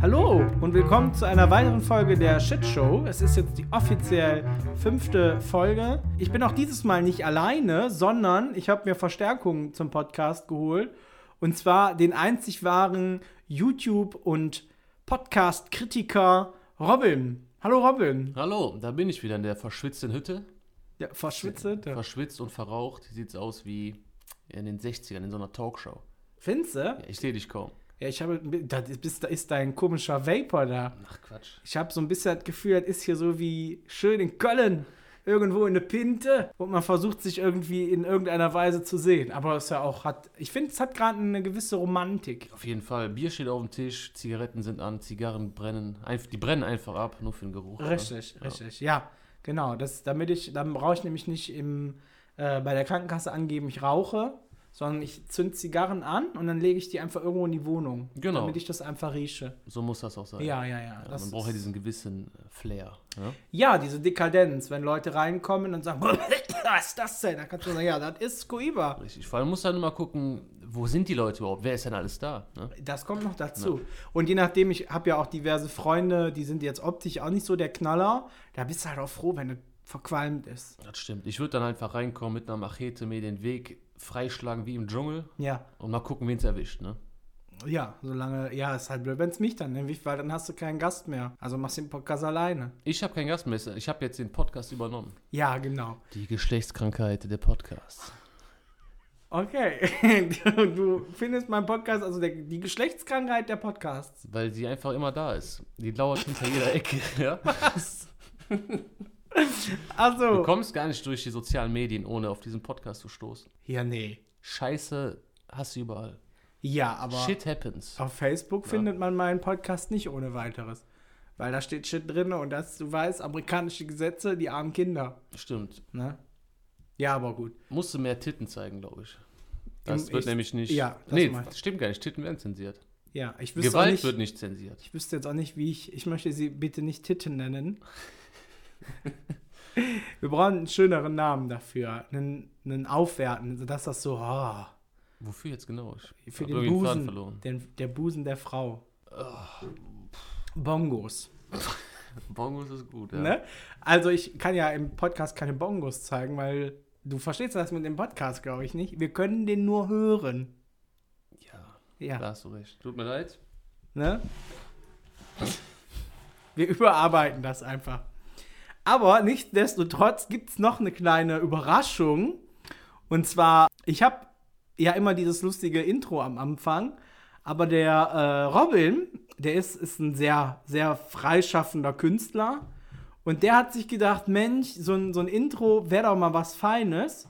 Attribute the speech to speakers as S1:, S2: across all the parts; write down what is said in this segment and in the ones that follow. S1: Hallo und willkommen zu einer weiteren Folge der Shit Show. Es ist jetzt die offiziell fünfte Folge. Ich bin auch dieses Mal nicht alleine, sondern ich habe mir Verstärkung zum Podcast geholt. Und zwar den einzig wahren YouTube- und Podcast-Kritiker Robin. Hallo Robin.
S2: Hallo, da bin ich wieder in der verschwitzten Hütte.
S1: Ja, verschwitzelt.
S2: Verschwitzt und verraucht. Sieht's aus wie in den 60ern in so einer Talkshow.
S1: Findest du?
S2: Ja, ich sehe dich kaum.
S1: Ja, ich habe, da ist, da ist dein komischer Vapor da.
S2: Ach Quatsch.
S1: Ich habe so ein bisschen das Gefühl, das ist hier so wie schön in Köln, irgendwo in der Pinte und man versucht sich irgendwie in irgendeiner Weise zu sehen. Aber es ist ja auch hat, ich finde, es hat gerade eine gewisse Romantik.
S2: Auf jeden Fall, Bier steht auf dem Tisch, Zigaretten sind an, Zigarren brennen. Einf die brennen einfach ab, nur für den Geruch. ne?
S1: Richtig, richtig, ja, genau. Das, damit ich, dann brauche ich nämlich nicht im, äh, bei der Krankenkasse angeben, ich rauche, sondern ich zünd Zigarren an und dann lege ich die einfach irgendwo in die Wohnung,
S2: Genau.
S1: damit ich das einfach rieche.
S2: So muss das auch sein.
S1: Ja, ja, ja.
S2: Ja,
S1: das
S2: man braucht ja
S1: ist-
S2: diesen gewissen äh, Flair. Ne?
S1: Ja, diese Dekadenz, wenn Leute reinkommen und sagen, was ist das denn? Dann kannst du sagen, ja, das ist Coiba.
S2: Richtig. Vor allem muss dann immer gucken, wo sind die Leute überhaupt? Wer ist denn alles da? Ne?
S1: Das kommt noch dazu. Und je nachdem, ich habe ja auch diverse Freunde, die sind jetzt optisch auch nicht so der Knaller. Da bist du halt auch froh, wenn du verqualmt ist.
S2: Das stimmt. Ich würde dann einfach reinkommen mit einer Machete, mir den Weg freischlagen wie im Dschungel
S1: Ja,
S2: und mal gucken, wen es erwischt. Ne?
S1: ja, solange, ja, ist halt blöd, wenn es mich dann nimmt, weil dann hast du keinen Gast mehr. Also machst den Podcast alleine.
S2: Ich habe kein Gastmesser. Ich habe jetzt den Podcast übernommen.
S1: Ja, genau.
S2: Die Geschlechtskrankheit der Podcast.
S1: Okay, du findest meinen Podcast, also der, die Geschlechtskrankheit der Podcasts.
S2: Weil sie einfach immer da ist. Die lauert hinter jeder Ecke. Ja? Du
S1: Also,
S2: kommst gar nicht durch die sozialen Medien, ohne auf diesen Podcast zu stoßen.
S1: ja, nee.
S2: Scheiße hast du überall.
S1: Ja, aber.
S2: Shit happens.
S1: Auf Facebook findet man meinen Podcast nicht ohne weiteres. Weil da steht Shit drin und das, du weißt, amerikanische Gesetze, die armen Kinder.
S2: Stimmt.
S1: Ne? Ja, aber gut.
S2: Musst du mehr Titten zeigen, glaube ich. Das
S1: Im-
S2: wird
S1: ich-
S2: nämlich nicht.
S1: ja, das
S2: nee,
S1: meinst
S2: stimmt gar nicht. Titten werden zensiert.
S1: Ja, ich wüsste, auch
S2: Gewalt
S1: nicht,
S2: wird nicht zensiert.
S1: ich wüsste jetzt auch nicht, wie ich. Ich möchte sie bitte nicht Titten nennen. Wir brauchen einen schöneren Namen dafür. Einen, einen Aufwerten, sodass das so. Oh,
S2: Wofür jetzt genau? Ich
S1: für
S2: hab
S1: den
S2: irgendwie Faden
S1: Busen.
S2: verloren.
S1: Den, der Busen der Frau. Bongos.
S2: Bongos ist gut, ja.
S1: Ne? Also ich kann ja im Podcast keine Bongos zeigen, weil du verstehst das mit dem Podcast, glaube ich, nicht. Wir können den nur hören.
S2: Ja, da
S1: Ja.
S2: hast du recht. Tut mir leid.
S1: Ne? Wir überarbeiten das einfach. Aber nichtsdestotrotz gibt es noch eine kleine Überraschung. Und zwar, ich habe ja immer dieses lustige Intro am Anfang, aber der äh, Robin, der ist, ist ein sehr, sehr freischaffender Künstler. Und der hat sich gedacht, Mensch, so ein, so ein Intro wäre doch mal was Feines.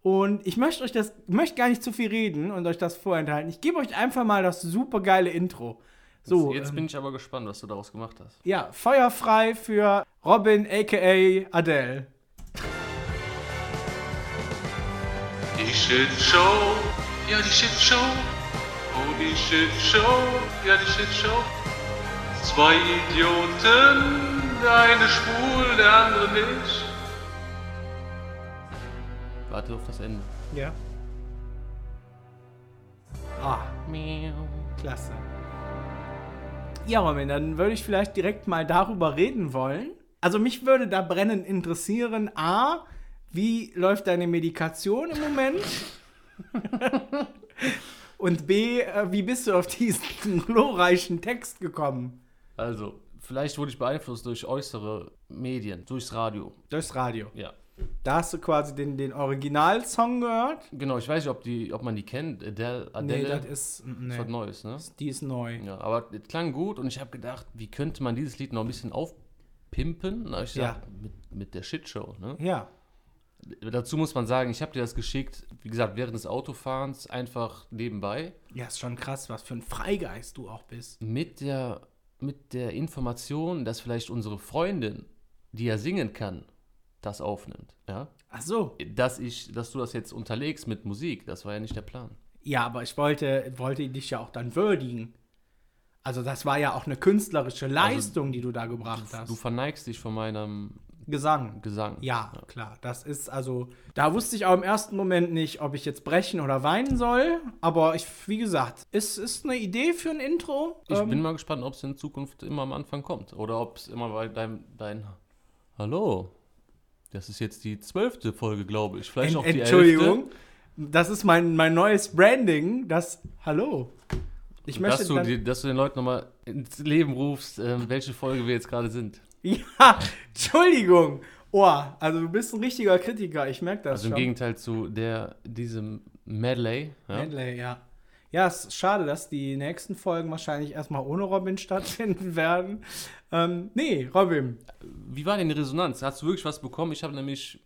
S1: Und ich möchte euch das, möchte gar nicht zu viel reden und euch das vorenthalten. Ich gebe euch einfach mal das super geile Intro. So,
S2: jetzt
S1: ähm,
S2: bin ich aber gespannt, was du daraus gemacht hast.
S1: ja, feuerfrei für Robin aka Adele.
S3: Die Shit Show, ja die Shit Show, oh die Shit Show, ja die Shit Show. Zwei Idioten, der eine schwul, der andere nicht.
S2: Warte auf das Ende.
S1: Ja. Ah,
S2: Miau.
S1: klasse. Ja, Robin, dann würde ich vielleicht direkt mal darüber reden wollen. Also mich würde da brennend interessieren, A, wie läuft deine Medikation im Moment? Und B, äh, wie bist du auf diesen glorreichen Text gekommen?
S2: Also, vielleicht wurde ich beeinflusst durch äußere Medien, durchs Radio.
S1: Durchs Radio.
S2: Ja.
S1: Da hast du quasi den, den Originalsong gehört.
S2: Genau, ich weiß nicht, ob, die, ob man die kennt. Adele, Adele
S1: Nee, das ist. mm, Nee,
S2: ist was Neues, ne?
S1: die ist neu.
S2: Ja, aber es klang gut und ich habe gedacht, wie könnte man dieses Lied noch ein bisschen aufpimpen? Na, ich
S1: Ja.
S2: sag, mit, mit der Shitshow, ne?
S1: Ja.
S2: Dazu muss man sagen, ich habe dir das geschickt, wie gesagt, während des Autofahrens, einfach nebenbei.
S1: Ja, ist schon krass, was für ein Freigeist du auch bist.
S2: mit der, mit der Information, dass vielleicht unsere Freundin, die ja singen kann, das aufnimmt. Ja?
S1: Ach so.
S2: Dass, ich, dass du das jetzt unterlegst mit Musik, das war ja nicht der Plan.
S1: Ja, aber ich wollte, wollte dich ja auch dann würdigen.
S2: Also
S1: Also das war ja auch eine künstlerische Leistung, die du da gebracht hast.
S2: Du verneigst dich vor meinem
S1: Gesang.
S2: Gesang.
S1: Ja, klar. Das ist also, da wusste ich auch im ersten Moment nicht, ob ich jetzt brechen oder weinen soll. Aber ich, wie gesagt, es ist eine Idee für ein Intro.
S2: Ich
S1: Ähm,
S2: bin mal gespannt, ob es in Zukunft immer am Anfang kommt. Oder ob es immer bei deinem. Dein Hallo. Das ist jetzt die zwölfte Folge, glaube ich. Vielleicht
S1: en-
S2: auch die
S1: Entschuldigung.
S2: elfte.
S1: Das ist mein, mein neues Branding. Das, hallo. Ich möchte
S2: Dass du,
S1: dann-
S2: die, dass du den Leuten nochmal ins Leben rufst, ähm, welche Folge wir jetzt gerade sind.
S1: Ja, Entschuldigung. Oh, also du bist ein richtiger Kritiker, ich merke das
S2: Also im
S1: schon.
S2: Gegenteil ne? zu der, diesem Medley. Ja?
S1: Medley, ja. Ja, es ist schade, dass die nächsten Folgen wahrscheinlich erstmal ohne Robin stattfinden werden. Ähm, nee, Robin,
S2: Wie war denn die Resonanz? Hast du wirklich was bekommen? Ich habe nämlich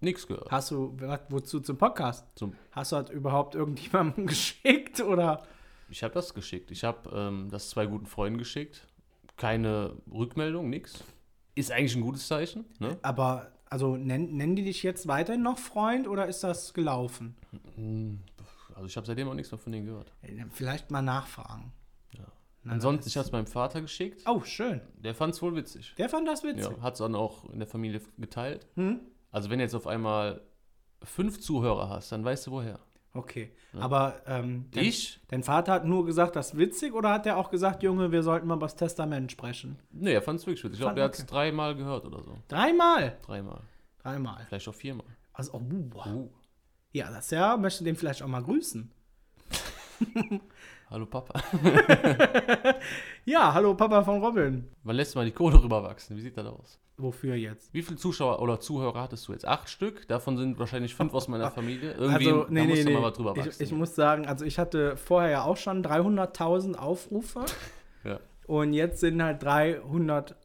S2: nichts gehört.
S1: hast du was- wozu zum Podcast?
S2: Zum,
S1: Hast du das überhaupt irgendjemandem geschickt oder?
S2: ich habe das geschickt. Ich habe ähm, das zwei guten Freunden geschickt. Keine Rückmeldung, nichts. Ist eigentlich ein gutes Zeichen. Ne?
S1: Aber, also nenn, nennen die dich jetzt weiterhin noch Freund oder ist das gelaufen?
S2: Hm, Also ich habe seitdem auch nichts mehr von denen gehört.
S1: Vielleicht mal nachfragen.
S2: Ansonsten, ich habe es meinem Vater geschickt.
S1: Oh, schön.
S2: Der fand es wohl witzig.
S1: Der fand das witzig. Hm?
S2: Ja, hat es dann auch in der Familie geteilt. Also wenn du jetzt auf einmal fünf Zuhörer hast, dann weißt du woher.
S1: Okay. Aber ähm, dein-
S2: Ich?
S1: Dein Vater hat nur gesagt, das ist witzig oder hat er auch gesagt, Junge, wir sollten mal über das Testament sprechen?
S2: Nee, er fand es wirklich witzig. Ich glaube,
S1: Fand-
S2: der hat es
S1: okay.
S2: dreimal gehört oder so.
S1: Dreimal.
S2: Dreimal.
S1: Dreimal.
S2: Vielleicht auch viermal.
S1: Also, oh, wow.
S2: Uh,
S1: Ja, das ja, möchte den vielleicht auch mal grüßen.
S2: hallo Papa.
S1: Ja, hallo Papa von Robin.
S2: Wann lässt du mal die Kohle rüberwachsen? Wie sieht das aus?
S1: Wofür jetzt?
S2: Wie viele Zuschauer oder Zuhörer hattest du jetzt? Acht Stück? Davon sind wahrscheinlich fünf aus meiner Familie. Irgendwie
S1: also, nee,
S2: da
S1: nee,
S2: musst du
S1: nee.
S2: mal was drüber
S1: ich,
S2: wachsen.
S1: ich muss sagen, also ich hatte vorher ja auch schon 300.000 Aufrufe
S2: ja.
S1: und jetzt sind halt 308,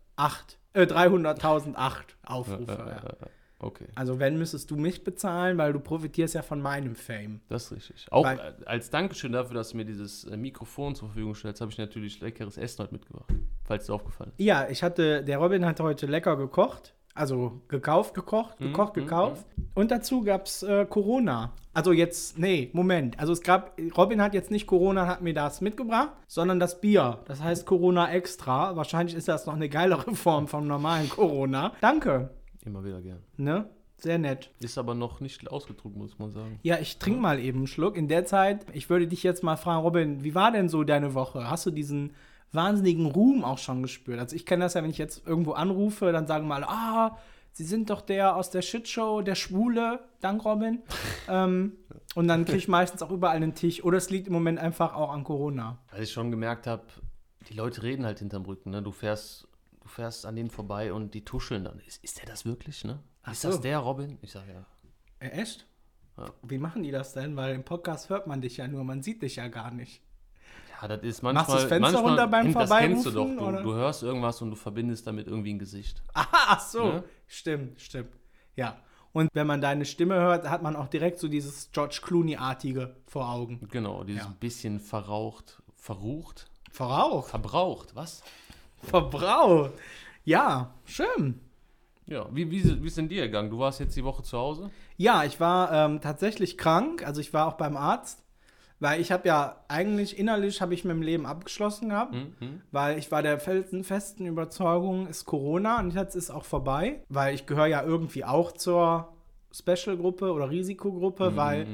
S1: äh, 300.008 Aufrufe.
S2: Äh,
S1: ja.
S2: äh, äh, Okay,
S1: Also wenn, müsstest du mich bezahlen, weil du profitierst ja von meinem Fame.
S2: das ist richtig. Auch
S1: Weil-
S2: äh, als Dankeschön dafür, dass du mir dieses äh, Mikrofon zur Verfügung stellst, habe ich natürlich leckeres Essen heute mitgebracht. Falls dir aufgefallen ist.
S1: Ja, ich hatte, der Robin hat heute lecker gekocht. Also gekauft, gekocht, gekocht, gekauft. Und dazu gab es äh, Corona. Also jetzt, nee, Moment. Also es gab, Robin hat jetzt nicht Corona, und hat mir das mitgebracht, sondern das Bier. Das heißt Corona extra. Wahrscheinlich ist das noch eine geilere Form vom normalen Corona. Danke.
S2: Immer wieder gern.
S1: Ne? Sehr nett.
S2: Ist aber noch nicht ausgedruckt, muss man sagen.
S1: Ja, ich trinke mal eben einen Schluck. In der Zeit, ich würde dich jetzt mal fragen, Robin, wie war denn so deine Woche? Hast du diesen wahnsinnigen Ruhm auch schon gespürt? Also ich kenne das ja, wenn ich jetzt irgendwo anrufe, dann sagen mal, ah, sie sind doch der aus der Shitshow, der Schwule, dank Robin. ähm, und dann kriege ich meistens auch überall einen Tisch. Oder es liegt im Moment einfach auch an Corona.
S2: Weil ich schon gemerkt habe, die Leute reden halt hinterm Rücken. Ne? Du fährst. Du fährst an denen vorbei und die tuscheln dann. Ist, ist der das wirklich, ne?
S1: Ach
S2: ist
S1: so.
S2: das der, Robin? Ich sag ja.
S1: Äh, echt?
S2: Ja.
S1: Wie machen die das denn? Weil im Podcast hört man dich ja nur, man sieht dich ja gar nicht.
S2: Ja, das ist manchmal.
S1: Machst du das Fenster
S2: manchmal,
S1: runter beim
S2: kenn- Das kennst du doch.
S1: Vorbeirufen,
S2: Du,
S1: oder?
S2: du hörst irgendwas und du verbindest damit irgendwie ein Gesicht.
S1: Aha, ach so.
S2: Ne?
S1: Stimmt, stimmt. Ja. Und wenn man deine Stimme hört, hat man auch direkt so dieses George Clooney-artige vor Augen.
S2: Genau, dieses
S1: Ja.
S2: bisschen verraucht, verrucht,
S1: Verraucht.
S2: verbraucht, was?
S1: Verbraucht. Ja, schön.
S2: Ja, wie, wie, wie ist denn dir gegangen? Du warst jetzt die Woche zu Hause?
S1: Ja, ich war ähm, tatsächlich krank. Also ich war auch beim Arzt, weil ich habe ja eigentlich innerlich habe ich mit dem Leben abgeschlossen gehabt, weil ich war der felsenfesten Überzeugung, ist Corona und jetzt ist auch vorbei, weil ich gehöre ja irgendwie auch zur Special-Gruppe oder Risikogruppe, weil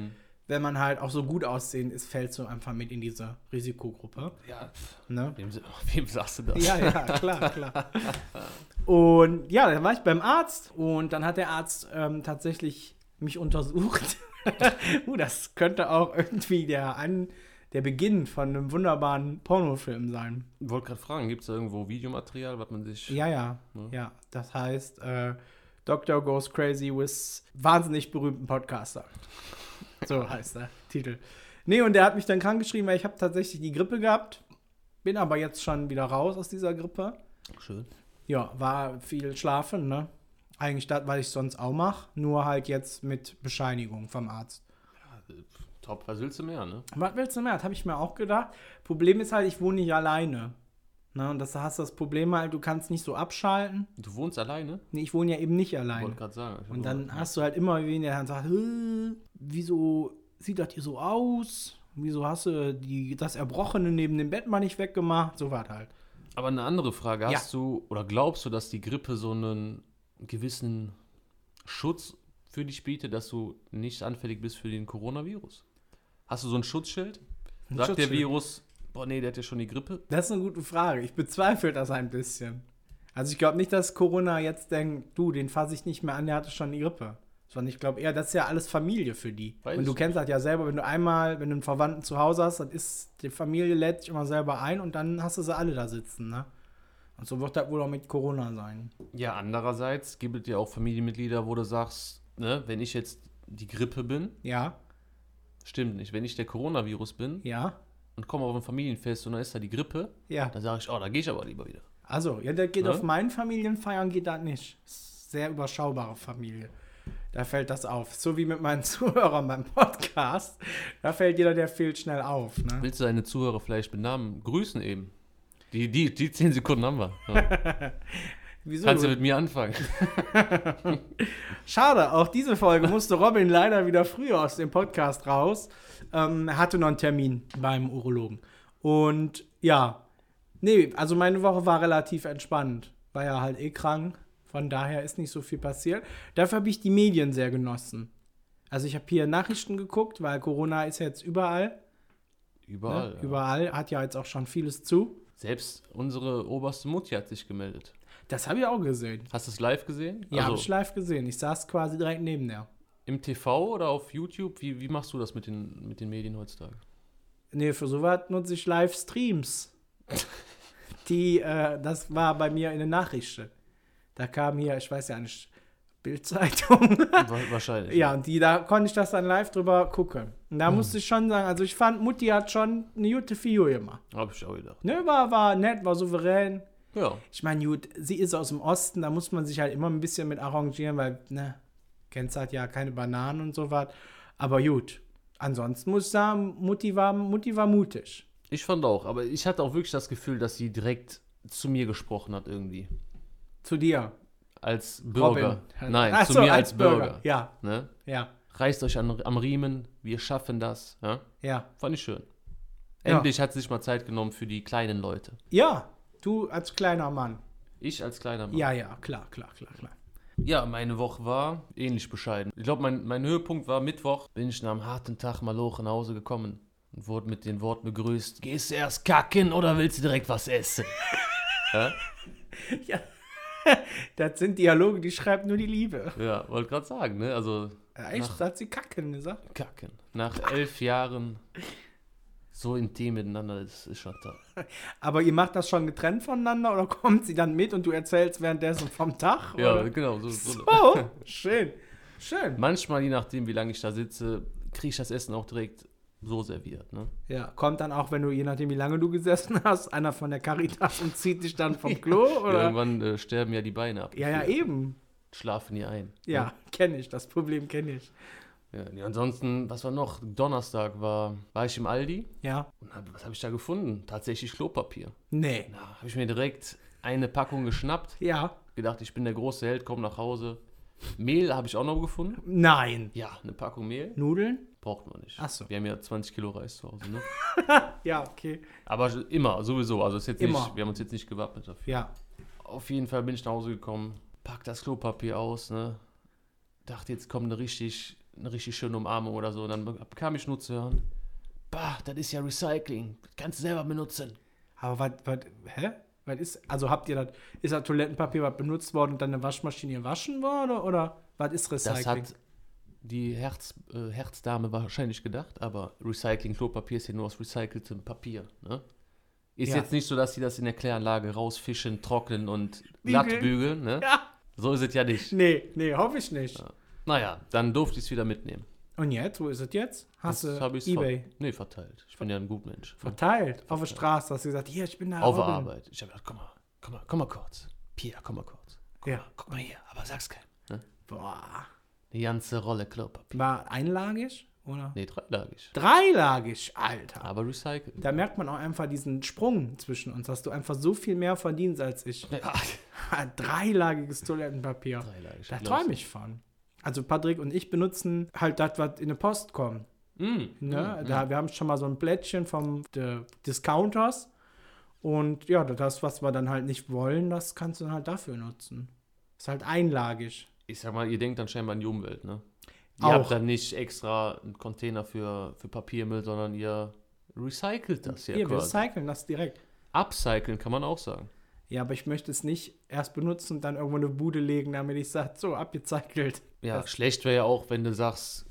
S1: wenn man halt auch so gut aussehen ist, fällst du einfach mit in diese Risikogruppe.
S2: Ja.
S1: Ne?
S2: Wem, wem sagst du das?
S1: Ja, ja, klar, klar. Und ja, dann war ich beim Arzt und dann hat der Arzt ähm, tatsächlich mich untersucht. uh, das könnte auch irgendwie der, An der Beginn von einem wunderbaren Pornofilm sein.
S2: Ich wollte gerade fragen, gibt es da irgendwo Videomaterial, was man sich.
S1: Ja, ja, ja. Das heißt, äh, Doctor Goes Crazy with wahnsinnig berühmten Podcaster. So heißt der Titel. Nee, und der hat mich dann krank geschrieben, weil ich habe tatsächlich die Grippe gehabt, bin aber jetzt schon wieder raus aus dieser Grippe.
S2: Schön.
S1: Ja, war viel schlafen, ne? Eigentlich das, was ich sonst auch mache, nur halt jetzt mit Bescheinigung vom Arzt.
S2: Top, was willst du mehr, ne?
S1: Was willst du mehr? Das habe ich mir auch gedacht. Problem ist halt, ich wohne nicht alleine. Ne? Und das hast das Problem halt, du kannst nicht so abschalten.
S2: Du wohnst alleine?
S1: Nee, ich wohne ja eben nicht
S2: Ich
S1: alleine.
S2: wollte gerade sagen. Ich hab
S1: Und dann
S2: nur-
S1: hast du halt immer wen, der dann sagt, "Hä, wieso sieht das hier so aus? Wieso hast du die, das Erbrochene neben dem Bett mal nicht weggemacht? So war halt.
S2: Aber eine andere Frage,
S1: Ja.
S2: hast du oder glaubst du, dass die Grippe so einen gewissen Schutz für dich bietet, dass du nicht anfällig bist für den Coronavirus. Hast du so ein Schutzschild?
S1: Ein
S2: Sagt der
S1: Schutzschild.
S2: Virus, boah, nee, der hat ja schon die Grippe.
S1: Das ist eine gute Frage. Ich bezweifle das ein bisschen. Also ich glaube nicht, dass Corona jetzt denkt, du, den fasse ich nicht mehr an, der hatte schon die Grippe. Sondern ich glaube eher, das ist ja alles Familie für die.
S2: Weiß
S1: und du
S2: ich
S1: kennst das ja selber, wenn du einmal, wenn du einen Verwandten zu Hause hast, dann ist die Familie lädt sich immer selber ein und dann hast du sie alle da sitzen, ne? Und so wird das wohl auch mit Corona sein.
S2: Ja, andererseits gibt es ja auch Familienmitglieder, wo du sagst, ne, wenn ich jetzt die Grippe bin,
S1: Ja,
S2: stimmt nicht, wenn ich der Coronavirus bin
S1: ja,
S2: und komme auf ein Familienfest und dann ist da die Grippe,
S1: ja.
S2: dann sage ich, oh, da gehe ich aber lieber wieder.
S1: Also, ja, das geht
S2: Ne?
S1: auf meinen Familienfeiern, geht das nicht. Ist Sehr überschaubare Familie. Da fällt das auf. So wie mit meinen Zuhörern beim Podcast. Da fällt jeder, der fehlt, schnell auf. Ne?
S2: Willst du deine Zuhörer vielleicht mit Namen grüßen eben? Die, die, die zehn Sekunden haben wir. Ja.
S1: Wieso?
S2: Kannst du mit mir anfangen?
S1: Schade, auch diese Folge musste Robin leider wieder früher aus dem Podcast raus. Ähm, er hatte noch einen Termin beim Urologen. Und ja, nee, also meine Woche war relativ entspannt. War ja halt eh krank. Von daher ist nicht so viel passiert. Dafür habe ich die Medien sehr genossen. Also ich habe hier Nachrichten geguckt, weil Corona ist jetzt überall.
S2: Überall.
S1: ne?
S2: ja.
S1: Überall hat ja jetzt auch schon vieles zu.
S2: Selbst unsere oberste Mutti hat sich gemeldet.
S1: Das habe ich auch gesehen.
S2: Hast du es live gesehen?
S1: Ja, habe ich
S2: also,
S1: live gesehen. Ich saß quasi direkt neben der.
S2: Im TV oder auf YouTube? Wie, wie machst du das mit den, mit den Medien heutzutage?
S1: Nee, für sowas nutze ich Livestreams. Die, äh, das war bei mir in den Nachrichten. Da kam hier, ich weiß ja nicht, Bildzeitung.
S2: Wa- Wahrscheinlich. ne?
S1: ja, und die, da konnte ich das dann live drüber gucken. Und da musste ich schon sagen, also ich fand, Mutti hat schon eine gute Figur gemacht.
S2: Hab ich auch gedacht.
S1: Ne, war, war nett, war souverän.
S2: Ja.
S1: Ich meine, gut, sie ist aus dem Osten, da muss man sich halt immer ein bisschen mit arrangieren, weil, ne, kennst halt ja keine Bananen und sowas. Aber gut, ansonsten muss ich sagen, Mutti war, Mutti war mutig.
S2: Ich fand auch, aber ich hatte auch wirklich das Gefühl, dass sie direkt zu mir gesprochen hat irgendwie.
S1: Zu dir.
S2: Als Bürger.
S1: Robin.
S2: Nein,
S1: Ach
S2: zu
S1: so,
S2: mir als, Bürger.
S1: Ja,
S2: Ne?
S1: ja,
S2: Reißt euch an, am Riemen, wir schaffen das. Ja?
S1: ja.
S2: Fand ich schön.
S1: Ja.
S2: Endlich hat sie sich mal Zeit genommen für die kleinen Leute.
S1: Ja, du als kleiner Mann.
S2: Ich als kleiner Mann.
S1: Ja, ja, klar, klar, klar, klar.
S2: Ja, meine Woche war ähnlich bescheiden. Ich glaube, mein, mein Höhepunkt war Mittwoch. Bin ich nach einem harten Tag mal hoch nach Hause gekommen und wurde mit den Worten begrüßt: Gehst du erst kacken oder willst du direkt was essen? ja,
S1: Das sind Dialoge, die schreibt nur die Liebe.
S2: ja wollte gerade sagen, ne? Also,
S1: Ja, Echt, hat sie kacken gesagt.
S2: kacken. Nach elf Jahren so intim miteinander, das ist schon toll.
S1: Aber ihr macht das schon getrennt voneinander oder kommt sie dann mit und du erzählst währenddessen vom Tag?
S2: Ja,
S1: oder?
S2: genau. So, so.
S1: Oh, schön, schön.
S2: Manchmal, je nachdem, wie lange ich da sitze, kriege ich das Essen auch direkt so serviert, ne?
S1: Ja, kommt dann auch, wenn du, je nachdem wie lange du gesessen hast, einer von der Caritas und zieht dich dann vom Klo, oder?
S2: Irgendwann äh, sterben ja eh. die Beine ab.
S1: Ja, ja, eben.
S2: Schlafen die ein.
S1: Ja, kenne ich, das Problem kenne ich.
S2: Ja, nee, ansonsten, was war noch? Donnerstag war, war ich im Aldi
S1: Ja.
S2: und hab, was habe ich da gefunden? Tatsächlich Klopapier.
S1: Nee.
S2: Da habe ich mir direkt eine Packung geschnappt,
S1: Ja.
S2: gedacht, ich bin der große Held, komm nach Hause. Mehl habe ich auch noch gefunden.
S1: Nein.
S2: Ja, eine Packung Mehl
S1: Nudeln?
S2: braucht man nicht.
S1: Ach so.
S2: Wir haben ja 20 Kilo Reis zu Hause, ne?
S1: Ja, okay.
S2: Aber immer, sowieso. Also ist jetzt
S1: Immer.
S2: nicht, wir haben uns jetzt nicht gewappnet dafür.
S1: Ja.
S2: Auf jeden Fall bin ich nach Hause gekommen, pack das Klopapier aus, ne? Dachte, jetzt kommt eine richtig, eine richtig schöne Umarmung oder so. Und dann bekam ich nur zu hören, bah, das ist ja Recycling. Das kannst du selber benutzen.
S1: Aber was, was, hä? Was ist, also habt ihr das, ist das Toilettenpapier, was benutzt worden und dann eine Waschmaschine gewaschen wurde? Oder was ist
S2: Das
S1: Recycling?
S2: hat die Herz, äh, Herzdame wahrscheinlich gedacht, aber Recycling-Klopapier ist ja nur aus recyceltem Papier, ne? Ist
S1: Ja.
S2: jetzt nicht so, dass sie das in der Kläranlage rausfischen, trocknen und
S1: Bügeln.
S2: glatt bügeln, ne?
S1: Ja.
S2: So ist es ja nicht.
S1: Nee, nee, hoffe ich nicht.
S2: Naja, dann durfte ich es wieder mitnehmen.
S1: Und jetzt, wo ist es jetzt? Hast du
S2: Das hab ich's
S1: Ebay
S2: Ver nee, verteilt. Ich bin ja ein Gutmensch.
S1: verteilt auf der Straße? Hast du gesagt, hier, ich bin da.
S2: Auf der
S1: Robin.
S2: Arbeit. Ich habe gedacht, komm mal, komm mal, komm mal kurz. Pia, komm mal kurz. Guck,
S1: Ja.
S2: mal, guck mal hier, aber sag's keinem. Ne?
S1: Boah.
S2: Die ganze Rolle Klopapier.
S1: War einlagig? Oder?
S2: Nee, dreilagig.
S1: Dreilagig, Alter.
S2: Aber recycelt.
S1: Da merkt man auch einfach diesen Sprung zwischen uns, dass du einfach so viel mehr verdienst als ich.
S2: Ja,
S1: Dreilagiges Toilettenpapier.
S2: dreilagig.
S1: Ah, Da
S2: glaub's.
S1: träume ich von. Also Patrick und ich benutzen halt das, was in der Post kommt.
S2: Mm.
S1: Ne? Da, wir haben schon mal so ein Blättchen vom de, Discounters. Und ja, das, was wir dann halt nicht wollen, das kannst du dann halt dafür nutzen. Ist halt einlagig.
S2: Ich sag mal, ihr denkt dann scheinbar an die Umwelt, ne? Ihr
S1: Auch.
S2: habt dann nicht extra einen Container für, für Papiermüll, sondern ihr recycelt das ja
S1: Hier, wir
S2: quasi.
S1: recyceln das direkt.
S2: Upcyclen kann man auch sagen.
S1: Ja, aber ich möchte es nicht erst benutzen und dann irgendwo eine Bude legen, damit ich sage, so, abgecycelt.
S2: Ja,
S1: Das-
S2: schlecht wäre ja auch, wenn du sagst,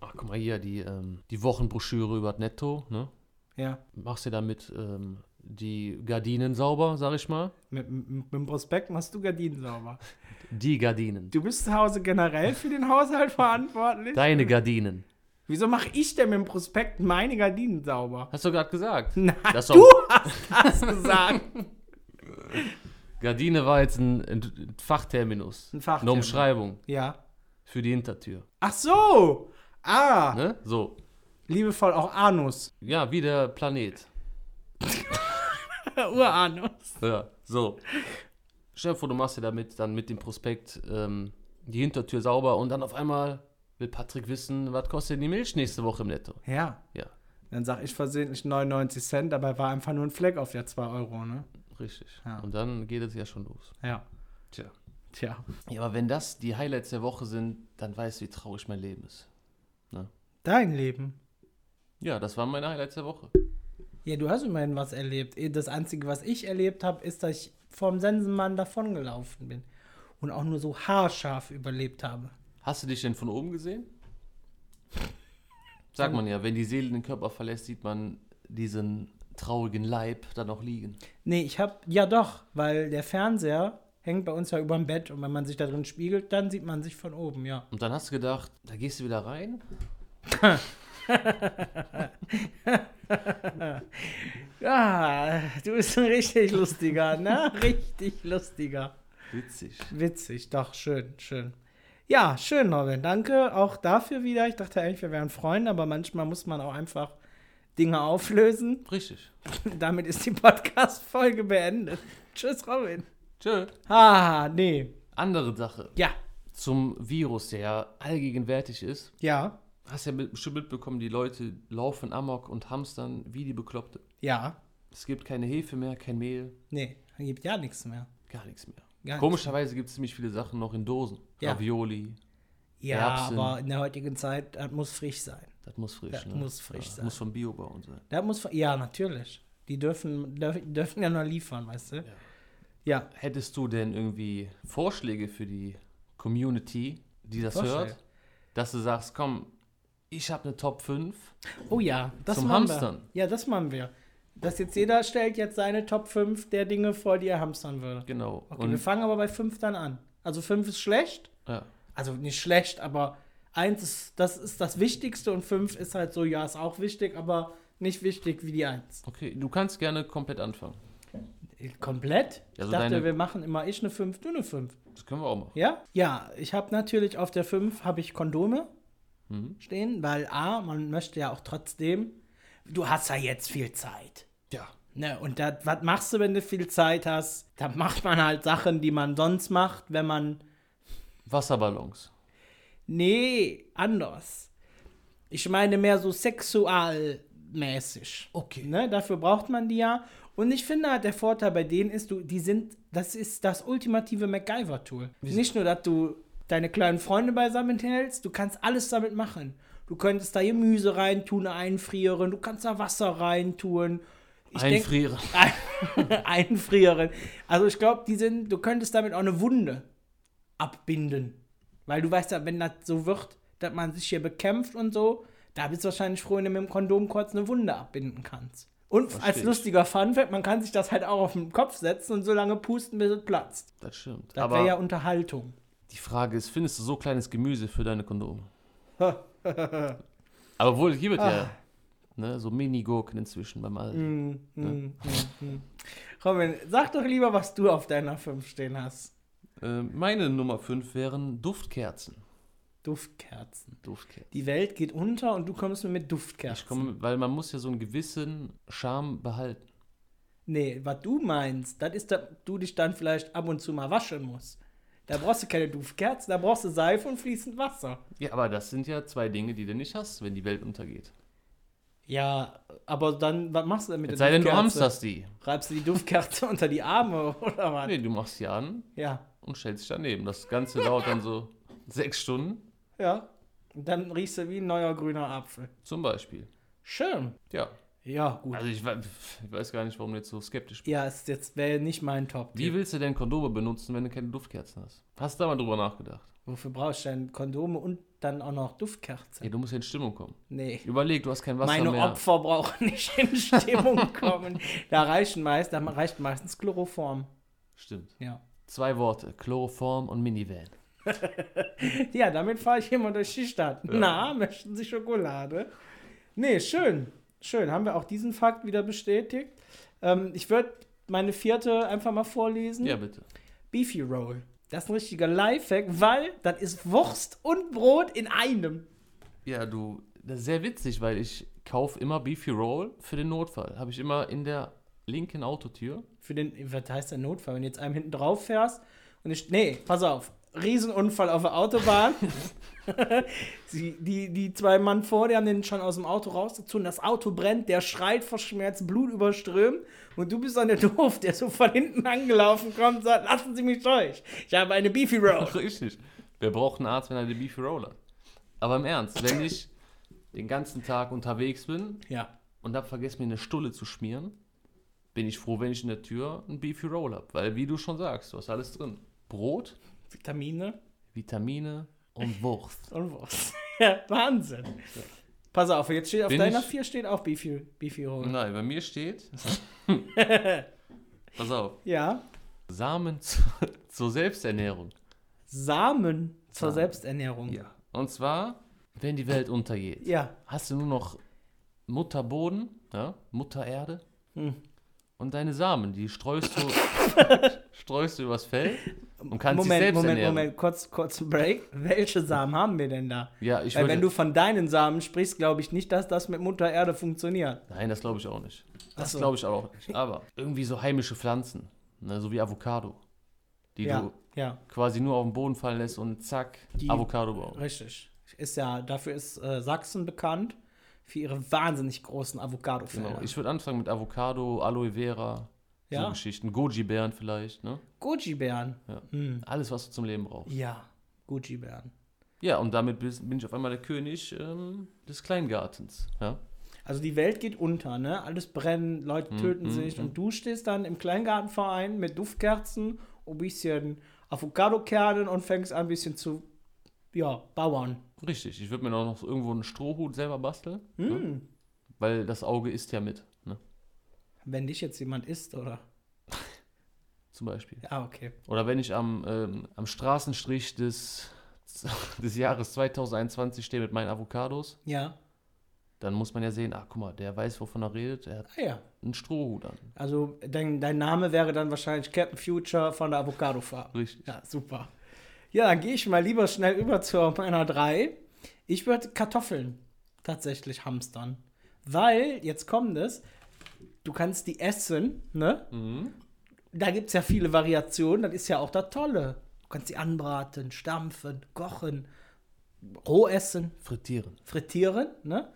S2: ach guck mal hier, die, ähm, die Wochenbroschüre über das Netto, ne?
S1: Ja,
S2: Machst dir damit ähm, die Gardinen sauber, sag ich mal.
S1: mit, mit, mit dem Prospekt machst du Gardinen sauber.
S2: Die Gardinen.
S1: Du bist zu Hause generell für den Haushalt verantwortlich.
S2: Deine Gardinen.
S1: Wieso mache ich denn mit dem Prospekt meine Gardinen sauber?
S2: Hast du gerade gesagt.
S1: Nein,
S2: Das
S1: Hm. du
S2: auch-
S1: hast das gesagt.
S2: Gardine war jetzt ein, ein Fachterminus.
S1: Ein Fachterminus.
S2: Eine Umschreibung
S1: ja.
S2: für die Hintertür.
S1: Ach so. Ah,
S2: Ne? So.
S1: liebevoll auch Anus.
S2: Ja, wie der Planet.
S1: Uranus.
S2: Ja, so. Stell dir vor, du machst dir damit dann mit dem Prospekt ähm, die Hintertür sauber und dann auf einmal will Patrick wissen, was kostet denn die Milch nächste Woche im Netto?
S1: Ja.
S2: Ja,
S1: Dann sag ich versehentlich 99 Cent, dabei war einfach nur ein Fleck auf der 2 Euro, ne?
S2: richtig.
S1: Ja.
S2: Und dann geht es ja schon los.
S1: Ja.
S2: Tja.
S1: Tja.
S2: Ja, aber wenn das die Highlights der Woche sind, dann weißt du, wie traurig mein Leben ist.
S1: Dein Leben.
S2: Ja, das waren meine Highlights der Woche.
S1: Ja, du hast immerhin was erlebt. Eh, Das Einzige, was ich erlebt habe, ist, dass ich vom Sensenmann davongelaufen bin. Und auch nur so haarscharf überlebt habe.
S2: Hast du dich denn von oben gesehen? Sagt man ja, wenn die Seele den Körper verlässt, sieht man diesen traurigen Leib dann auch liegen.
S1: Nee, ich hab, ja doch, weil der Fernseher hängt bei uns ja überm Bett und wenn man sich da drin spiegelt, dann sieht man sich von oben, ja.
S2: Und dann hast du gedacht, da gehst du wieder rein?
S1: Ja, du bist ein richtig lustiger, ne? Richtig lustiger.
S2: Witzig.
S1: Witzig, doch, schön, schön. Ja, schön, Norman, danke auch dafür wieder. Ich dachte eigentlich, wir wären Freunde, aber manchmal muss man auch einfach Dinge auflösen.
S2: Richtig.
S1: Damit ist die Podcast-Folge beendet. Tschüss, Robin.
S2: Tschö.
S1: Ah, nee.
S2: Andere Sache.
S1: Ja,
S2: Zum Virus, der ja allgegenwärtig ist.
S1: ja,
S2: Hast ja mit- bestimmt mitbekommen, die Leute laufen amok und hamstern wie die Bekloppte.
S1: ja.
S2: Es gibt keine Hefe mehr, kein Mehl,
S1: Nee, dann gibt ja nichts mehr.
S2: gar nichts mehr.
S1: Gar nichts.
S2: Komischerweise gibt es ziemlich viele Sachen noch in Dosen.
S1: Ja.
S2: Ravioli,
S1: Ja,
S2: Erbsen.
S1: aber in der heutigen Zeit, das muss frisch sein.
S2: das muss frisch
S1: Das
S2: ne?
S1: muss frisch sein.
S2: Muss vom Biobauern sein.
S1: Das muss, ja, natürlich. Die dürfen, dürf, dürfen ja nur liefern, weißt du? Ja.
S2: Hättest du denn irgendwie Vorschläge für die Community, die das
S1: Vorschläge?
S2: hört, dass du sagst, komm, ich habe eine Top 5?
S1: Oh ja, das
S2: Zum
S1: machen
S2: Hamstern.
S1: wir. Ja, das machen wir. Dass jetzt jeder stellt jetzt seine Top 5 der Dinge vor, die er hamstern würde.
S2: Genau.
S1: Okay, wir fangen aber bei 5 dann an. Also 5 ist schlecht.
S2: ja.
S1: Also nicht schlecht, aber 1 ist das, ist das Wichtigste und 5 ist halt so, ja, ist auch wichtig, aber nicht wichtig wie die 1.
S2: Okay, du kannst gerne komplett anfangen.
S1: Komplett? Ich
S2: Also
S1: dachte,
S2: deine-
S1: wir machen immer ich eine 5, du eine 5.
S2: Das können wir auch machen.
S1: Ja? Ja, ich habe natürlich auf der 5 habe ich Kondome stehen, weil A, man möchte ja auch trotzdem, du hast ja jetzt viel Zeit.
S2: Ja.
S1: Ne, und das, was machst du, wenn du viel Zeit hast? Da macht man halt Sachen, die man sonst macht, wenn man.
S2: Wasserballons.
S1: Nee, anders. Ich meine mehr so sexualmäßig.
S2: Okay.
S1: Ne, dafür braucht man die ja. Und ich finde halt, der Vorteil bei denen ist, du, die sind, das ist das ultimative MacGyver-Tool. Nicht nur, dass du deine kleinen Freunde beisammen hältst, du kannst alles damit machen. Du könntest da Gemüse reintun, einfrieren, du kannst da Wasser reintun. Ich denk- Ah.
S2: Einfrieren.
S1: einfrieren. Also ich glaube, die sind, du könntest damit auch eine Wunde abbinden. Weil du weißt ja, wenn das so wird, dass man sich hier bekämpft und so, da bist du wahrscheinlich froh, wenn du mit dem Kondom kurz eine Wunde abbinden kannst. Und als
S2: ich.
S1: lustiger Funfact, man kann sich das halt auch auf den Kopf setzen und so lange pusten, bis es platzt.
S2: Das stimmt.
S1: Das
S2: Aber
S1: wäre ja Unterhaltung.
S2: die Frage ist, findest du so kleines Gemüse für deine Kondome? Aber wohl, hier wird
S1: Ah.
S2: ja ne, so Mini-Gurken inzwischen beim Alten. mm,
S1: Robin, sag doch lieber, was du auf deiner 5 stehen hast.
S2: Äh, meine Nummer 5 wären Duftkerzen.
S1: Duftkerzen.
S2: Duftkerzen.
S1: Die Welt geht unter und du kommst mir mit Duftkerzen.
S2: Ich komme, weil man muss ja so einen gewissen Charme behalten.
S1: Nee, was du meinst, das ist, dass du dich dann vielleicht ab und zu mal waschen musst. Da brauchst du keine Duftkerzen, da brauchst du Seife und fließend Wasser.
S2: Ja, aber das sind ja zwei Dinge, die du nicht hast, wenn die Welt untergeht.
S1: Ja, aber dann, was machst du denn mit
S2: Es sei denn, du
S1: Duftkerze?
S2: hamsterst die.
S1: Reibst du die Duftkerze unter die Arme oder was?
S2: Nee, du machst die an
S1: Ja,
S2: und stellst dich daneben. Das Ganze dauert dann so sechs Stunden
S1: ja. Und dann riechst du wie ein neuer grüner Apfel.
S2: zum Beispiel.
S1: Schön.
S2: Ja,
S1: Ja, gut.
S2: also ich, we- ich weiß gar nicht, warum du jetzt so skeptisch bist.
S1: Ja, ist jetzt wäre nicht mein Top.
S2: Wie willst du denn Kondome benutzen, wenn du keine Duftkerzen hast? Hast du da mal drüber nachgedacht?
S1: Wofür brauchst du denn Kondome und dann auch noch Duftkerze?
S2: Ja, du musst ja in Stimmung kommen.
S1: Nee.
S2: Überleg, du hast kein Wasser
S1: Meine
S2: mehr.
S1: Opfer brauchen nicht in Stimmung kommen. Da reichen meist, da reicht meistens Chloroform.
S2: Stimmt.
S1: Ja.
S2: Zwei Worte: Chloroform und Minivan.
S1: Ja, damit fahre ich immer durch die Stadt. Na, möchten Sie Schokolade? Nee, schön. Schön. Haben wir auch diesen Fakt wieder bestätigt. Ähm, ich würde meine vierte einfach mal vorlesen.
S2: Ja, bitte.
S1: Beefy Roll. Das ist ein richtiger Lifehack, weil das ist Wurst und Brot in einem.
S2: Ja, du, das ist sehr witzig, weil ich kaufe immer Beefy Roll für den Notfall. Habe ich immer in der linken Autotür.
S1: Für den, was heißt der Notfall? Wenn du jetzt einem hinten drauf fährst und ich, nee, pass auf, Riesenunfall auf der Autobahn. Sie, die, die zwei Mann vor dir haben den schon aus dem Auto rausgezogen. Das Auto brennt, der schreit vor Schmerz, Blut überströmt. Und du bist dann der Doof, der so von hinten angelaufen kommt und sagt: Lassen Sie mich durch. Ich habe eine Beefy Roll.
S2: Richtig. Wer braucht einen Arzt, wenn er den Beefy Roll hat? Aber im Ernst, wenn ich den ganzen Tag unterwegs bin
S1: Ja.
S2: und habe vergessen, mir eine Stulle zu schmieren, bin ich froh, wenn ich in der Tür einen Beefy Roll habe. Weil, wie du schon sagst, du hast alles drin. Brot,
S1: Vitamine
S2: Vitamine und Wurst.
S1: und Wurst. ja, Wahnsinn. Pass auf, jetzt steht auf
S2: Bin
S1: deiner
S2: ich-
S1: 4 steht auch Beefy, Beefy Roll.
S2: Nein, bei mir steht... Pass auf.
S1: Ja.
S2: Samen zu, zur Selbsternährung.
S1: Samen zur Selbsternährung.
S2: Und zwar, wenn die Welt untergeht,
S1: Ja,
S2: hast du nur noch Mutterboden, ja, Muttererde
S1: Hm.
S2: und deine Samen, die streust du, streust du übers Feld und kannst dich
S1: Moment,
S2: selbst
S1: Moment,
S2: ernähren.
S1: Moment, kurz, kurz einen Break. Welche Samen haben wir denn da?
S2: Ja, ich
S1: Weil
S2: würde,
S1: wenn du von deinen Samen sprichst, glaube ich nicht, dass das mit Mutter Erde funktioniert.
S2: nein, das glaube ich auch nicht. Das
S1: so.
S2: glaube ich aber auch nicht. Aber irgendwie so heimische Pflanzen, ne, so wie Avocado, die
S1: ja,
S2: du
S1: ja,
S2: quasi nur auf den Boden fallen lässt und zack,
S1: Die-
S2: Avocado bauen.
S1: richtig. Ist ja, dafür ist äh, Sachsen bekannt für ihre wahnsinnig großen Avocado-Felder.
S2: Genau. Ich würde anfangen mit Avocado, Aloe Vera, so
S1: ja,
S2: Geschichten, Goji-Beeren vielleicht, ne?
S1: Goji-Bären.
S2: Ja.
S1: Hm.
S2: Alles, was du zum Leben brauchst.
S1: Ja, Goji-Bären.
S2: Ja, und damit bis- bin ich auf einmal der König ähm, des Kleingartens. Ja?
S1: Also die Welt geht unter, ne? Alles brennen,
S2: Mhm,
S1: Leute töten sich und du stehst dann im Kleingartenverein mit Duftkerzen und ein bisschen Avocadokernen und fängst an ein bisschen zu ja, bauern.
S2: Richtig, ich würde mir auch noch irgendwo einen Strohhut selber basteln. Ne? Weil das Auge isst ja mit, ne?
S1: Wenn dich jetzt jemand isst, oder?
S2: zum Beispiel.
S1: Ah, okay.
S2: Oder wenn ich am, ähm, am Straßenstrich des, des Jahres 2021 stehe mit meinen Avocados,
S1: Ja.
S2: dann muss man ja sehen, ach guck mal, der weiß, wovon er redet, er hat
S1: Ah ja.
S2: einen Strohhut an.
S1: Also dein, dein Name wäre dann wahrscheinlich Captain Future von der Avocado-Farm.
S2: Richtig.
S1: Ja, super. Ja, dann gehe ich mal lieber schnell über zu meiner 3. Ich würde Kartoffeln tatsächlich hamstern. Weil, jetzt kommt es, du kannst die essen, ne? Da gibt es ja viele Variationen, das ist ja auch das Tolle. Du kannst die anbraten, stampfen, kochen, roh essen,
S2: Frittieren.
S1: frittieren, ne?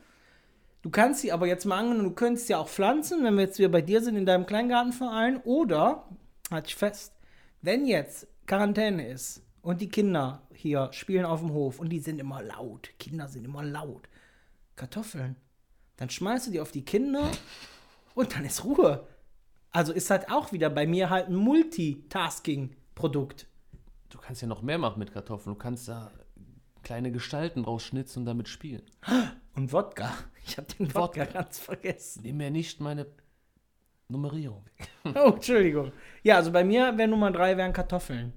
S1: Du kannst sie aber jetzt mal angenommen, du könntest ja auch pflanzen, wenn wir jetzt wieder bei dir sind in deinem Kleingartenverein. Oder, halt ich fest, wenn jetzt Quarantäne ist und die Kinder hier spielen auf dem Hof und die sind immer laut, Kinder sind immer laut, Kartoffeln, dann schmeißt du die auf die Kinder und dann ist Ruhe. Also ist halt auch wieder bei mir halt ein Multitasking-Produkt.
S2: Du kannst ja noch mehr machen mit Kartoffeln. Du kannst da kleine Gestalten rausschnitzen und damit spielen.
S1: Und Wodka. Ich habe den Wodka,
S2: Wodka.
S1: ganz vergessen.
S2: Nimm mir nicht meine Nummerierung.
S1: Oh, Entschuldigung. Ja, also bei mir wäre Nummer drei wären Kartoffeln.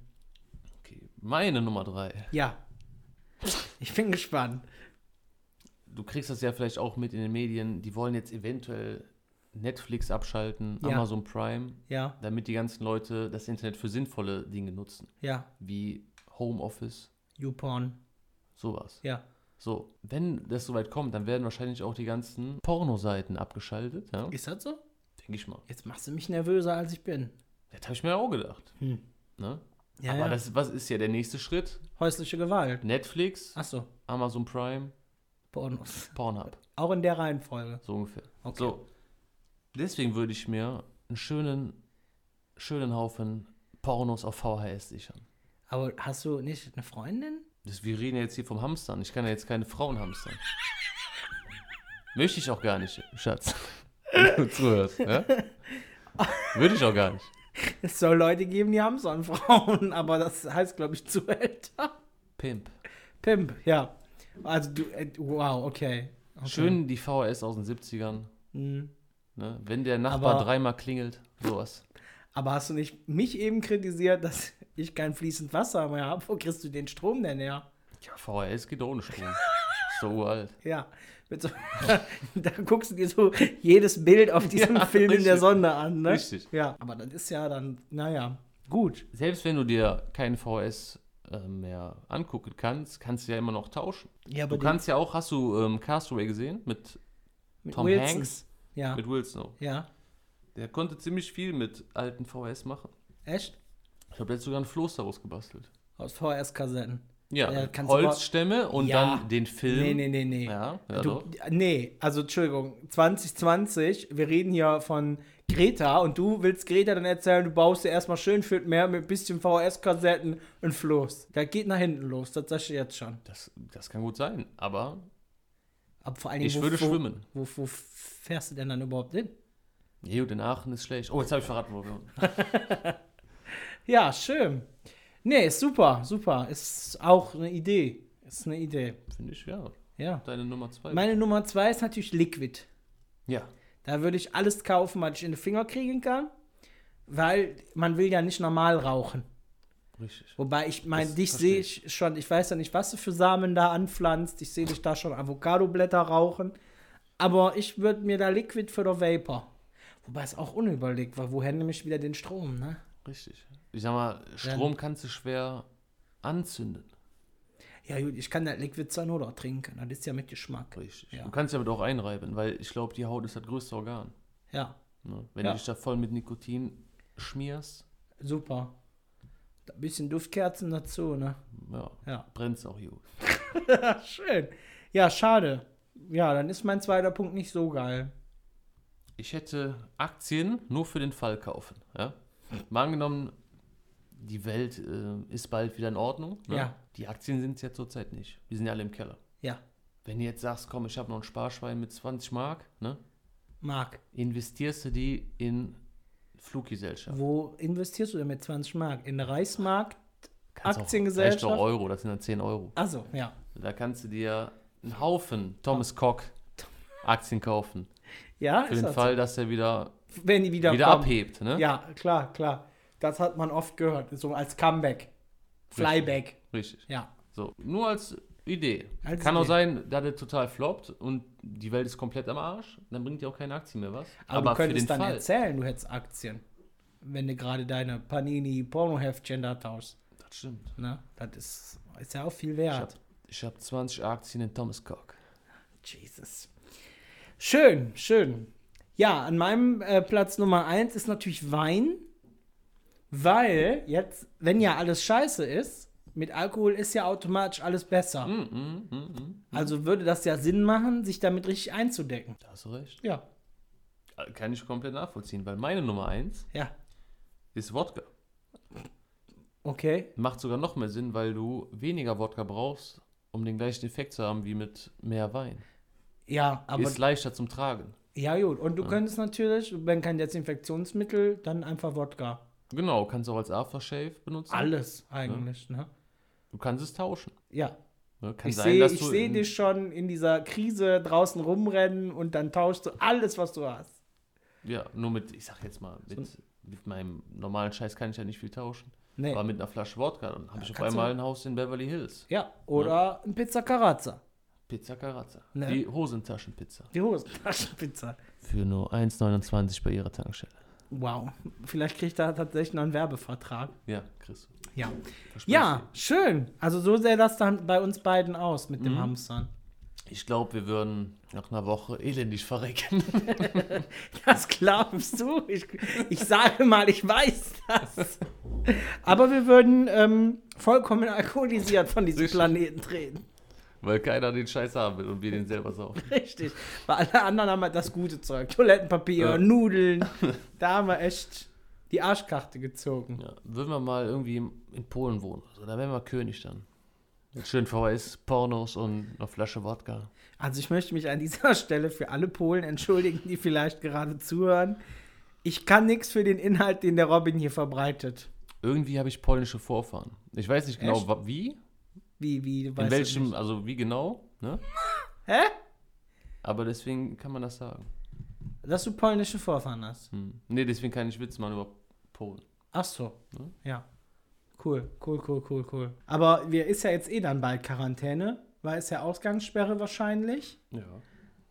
S2: Okay, meine Nummer drei.
S1: Ja. Ich bin gespannt.
S2: Du kriegst das ja vielleicht auch mit in den Medien. Die wollen jetzt eventuell Netflix abschalten,
S1: Ja.
S2: Amazon Prime,
S1: Ja,
S2: damit die ganzen Leute das Internet für sinnvolle Dinge nutzen,
S1: ja.
S2: wie Homeoffice,
S1: YouPorn.
S2: sowas.
S1: Ja.
S2: So, wenn das soweit kommt, dann werden wahrscheinlich auch die ganzen Pornoseiten abgeschaltet. Ja?
S1: Ist das so?
S2: Denke ich mal.
S1: Jetzt machst du mich nervöser, als ich bin.
S2: Das habe ich mir auch gedacht.
S1: Hm.
S2: Ne?
S1: Ja,
S2: Aber
S1: ja.
S2: Das, was ist ja der nächste Schritt?
S1: Häusliche Gewalt.
S2: Netflix,
S1: Achso.
S2: Amazon Prime,
S4: Pornos.
S2: Pornhub.
S1: Auch in der Reihenfolge.
S2: So ungefähr.
S1: Okay.
S2: So. Deswegen würde ich mir einen schönen, schönen Haufen Pornos auf VHS sichern.
S4: Aber hast du nicht eine Freundin?
S2: Das, wir reden ja jetzt hier vom Hamstern. Ich kann ja jetzt keine Frauen hamstern. Möchte ich auch gar nicht, Schatz. Wenn du zuhörst. Ja? Würde ich auch gar nicht.
S1: Es soll Leute geben, die haben so an Frauen, aber das heißt, glaube ich, zu älter.
S2: Pimp.
S1: Pimp, ja. Also du, äh, wow, okay. okay.
S2: Schön die VHS aus den 70ern.
S1: Mhm.
S2: Ne? Wenn der Nachbar
S1: Aber-
S2: dreimal klingelt, sowas.
S1: Aber hast du nicht mich eben kritisiert, dass ich kein fließend Wasser mehr habe? Wo kriegst du den Strom denn her?
S2: Ja, VHS geht doch ohne Strom. Ist doch uralt.
S1: Ja. Mit so, da guckst du dir so jedes Bild auf diesem
S2: Ja,
S1: Film in der
S2: richtig.
S1: Sonne an, ne?
S2: Richtig.
S1: Ja, aber das ist ja dann, naja, gut.
S2: Selbst wenn du dir kein VHS äh, mehr angucken kannst, kannst du ja immer noch tauschen.
S1: Ja,
S2: Du kannst ja auch, hast du ähm, Castaway gesehen mit Tom Hanks?
S1: Ja.
S2: Mit Will Snow.
S1: ja.
S2: Der konnte ziemlich viel mit alten VHS machen.
S1: Echt?
S2: Ich habe jetzt sogar ein Floß daraus gebastelt.
S1: Aus VHS-Kassetten.
S2: Ja,
S1: Ja, kannst du
S2: Holzstämme und
S1: Ja.
S2: dann den Film.
S1: Nee, nee, nee, nee.
S2: Ja, ja
S1: du,
S2: doch.
S1: nee, also Entschuldigung, 2020, wir reden hier von Greta und du willst Greta dann erzählen, du baust dir erstmal schön für mehr mit ein bisschen VHS-Kassetten und Floß. Das geht nach hinten los, das sagst du jetzt schon.
S2: Das, das kann gut sein, aber
S1: Aber vor allen Dingen,
S2: ich würde schwimmen.
S1: Wo, wo fährst du denn dann überhaupt hin?
S2: Jo, in Aachen ist schlecht. Oh, jetzt habe ich verraten, wo wir waren.
S1: Ja, schön. Nee, ist super, super. Ist auch eine Idee. Ist eine Idee.
S2: Finde ich, ja.
S1: Ja.
S2: Deine Nummer zwei.
S1: Meine Nummer zwei ist natürlich Liquid.
S2: ja.
S1: Da würde ich alles kaufen, was ich in den Finger kriegen kann, weil man will ja nicht normal rauchen.
S2: Richtig.
S1: Wobei ich meine,
S2: Das
S1: dich
S2: verstehe
S1: sehe ich schon, ich weiß ja nicht, was du für Samen da anpflanzt. Ich sehe dich da schon Avocadoblätter rauchen. Aber ich würde mir da Liquid für der Vapor. Wobei es auch unüberlegt war, woher nehme ich wieder den Strom, ne?
S2: Richtig. Ich sag mal, Strom kannst du schwer anzünden.
S1: Ja gut, ich kann das Liquid zwar nur noch trinken, ne? das ist ja mit Geschmack.
S2: Richtig.
S1: Ja.
S2: Du kannst ja aber auch einreiben, weil ich glaube, die Haut ist das größte Organ.
S1: Ja,
S2: Ne? Wenn
S1: Ja.
S2: du dich da voll mit Nikotin schmierst,
S1: super. Ein bisschen Duftkerzen dazu, ne?
S2: ja,
S1: Ja.
S2: brennt es auch gut.
S1: Schön. Ja, schade. Ja, dann ist mein zweiter Punkt nicht so geil.
S2: Ich hätte Aktien nur für den Fall kaufen. Ja? Mal angenommen, die Welt äh, ist bald wieder in Ordnung. Ne?
S1: Ja.
S2: Die Aktien sind es ja zurzeit nicht. Wir sind ja alle im Keller.
S1: Ja,
S2: Wenn du jetzt sagst, komm, ich habe noch ein Sparschwein mit 20 Mark, ne?
S1: Mark,
S2: investierst du die in Fluggesellschaften.
S1: wo investierst du denn mit 20 Mark? In eine Reichsmarkt?
S2: Kannst auch-
S1: Aktiengesellschaft?
S2: Vielleicht auch Euro, das sind dann 10 Euro.
S1: Also, ja.
S2: Da kannst du dir einen Haufen Thomas Cock Aktien kaufen.
S1: Ja,
S2: Für den
S1: das
S2: Fall, dass er wieder,
S1: so. Wenn die wieder,
S2: wieder
S1: kommen.
S2: abhebt. Ne?
S1: Ja, klar, klar. Das hat man oft gehört. So als Comeback. Flyback.
S2: Richtig.
S1: Ja.
S2: So, nur als Idee.
S1: Als
S2: Kann auch
S1: Idee.
S2: sein, da der total floppt und die Welt ist komplett am Arsch, dann bringt dir auch keine Aktie mehr was.
S1: Aber, du könntest dann erzählen, du hättest Aktien. Wenn du gerade deine Panini-Pornoheftchen da tauschst.
S2: Das stimmt.
S1: Ne? Das ist, ist ja auch viel
S2: Ich
S1: wert.
S2: habe ich hab 20 Aktien in Thomas Cock.
S1: Jesus. Schön, schön. Ja, an meinem äh, Platz Nummer 1 ist natürlich Wein, weil jetzt, wenn ja alles scheiße ist, mit Alkohol ist ja automatisch alles besser.
S2: Mhm.
S1: Also würde das ja Sinn machen, sich damit richtig einzudecken.
S2: Da hast du recht.
S1: Ja,
S2: Kann ich komplett nachvollziehen, weil meine Nummer 1
S1: ja,
S2: ist Wodka.
S1: okay.
S2: Macht sogar noch mehr Sinn, weil du weniger Wodka brauchst, um den gleichen Effekt zu haben wie mit mehr Wein.
S1: Ja, aber
S2: ist leichter zum Tragen.
S1: ja gut. Und du könntest natürlich, wenn kein Desinfektionsmittel, dann einfach Wodka.
S2: Genau, kannst auch als Aftershave benutzen.
S1: Alles eigentlich, ne?
S2: Du kannst es tauschen.
S1: Ja,
S2: Ne? Kann
S1: ich
S2: sein,
S1: sehe
S2: dass du
S1: seh
S2: in-
S1: dich schon in dieser Krise draußen rumrennen und dann tauschst du alles, was du hast.
S2: Ja, nur mit, ich sag jetzt mal, mit, mit meinem normalen Scheiß kann ich ja nicht viel tauschen.
S1: Nee.
S2: Aber mit einer Flasche Wodka, dann habe ich auf
S1: kannst
S2: einmal ein Haus in Beverly Hills.
S1: Ja, oder ein Pizza Carazza.
S2: Pizza Carazza.
S1: Ne.
S2: Die Hosentaschenpizza.
S1: Die Hosentaschenpizza.
S2: Für nur 1,29 bei ihrer Tankstelle.
S1: Wow, vielleicht kriegt er tatsächlich noch einen Werbevertrag.
S2: Ja, Chris.
S1: Ja.
S2: verspreche
S1: Ja, schön. Also so sähe das dann bei uns beiden aus mit
S2: Mhm.
S1: dem Hamstern.
S2: Ich glaube, wir würden nach einer Woche elendig verrecken.
S1: Das glaubst du? Ich, ich sage mal, ich weiß das. Aber wir würden ähm, vollkommen alkoholisiert von diesem
S2: Richtig.
S1: Planeten treten.
S2: Weil keiner den Scheiß haben will und wir den selber saufen.
S1: Richtig. Weil alle anderen haben halt das gute Zeug. Toilettenpapier,
S2: Ja.
S1: Nudeln. Da haben wir echt die Arschkarte gezogen.
S2: Ja, würden wir mal irgendwie im- in Polen wohnen, also, da wären wir König dann. Mit schön VHS, Pornos und einer Flasche Wodka.
S1: Also ich möchte mich an dieser Stelle für alle Polen entschuldigen, die vielleicht gerade zuhören. Ich kann nichts für den Inhalt, den der Robin hier verbreitet.
S2: Irgendwie habe ich polnische Vorfahren. Ich weiß nicht genau,
S1: Echt?
S2: wa- wie,
S1: Wie, wie,
S2: in
S1: weiß ich
S2: welchem,
S1: nicht.
S2: also wie genau, ne?
S1: Hä?
S2: Aber deswegen kann man das sagen.
S1: Dass du polnische Vorfahren hast.
S2: Hm. Nee, deswegen kann ich Witz machen über Polen.
S1: Ach so.
S2: Hm?
S1: Ja. Cool, cool, cool, cool, cool. Ne? Aber wir ist ja jetzt eh dann bald Quarantäne, weil ist ja Ausgangssperre wahrscheinlich.
S2: Ja.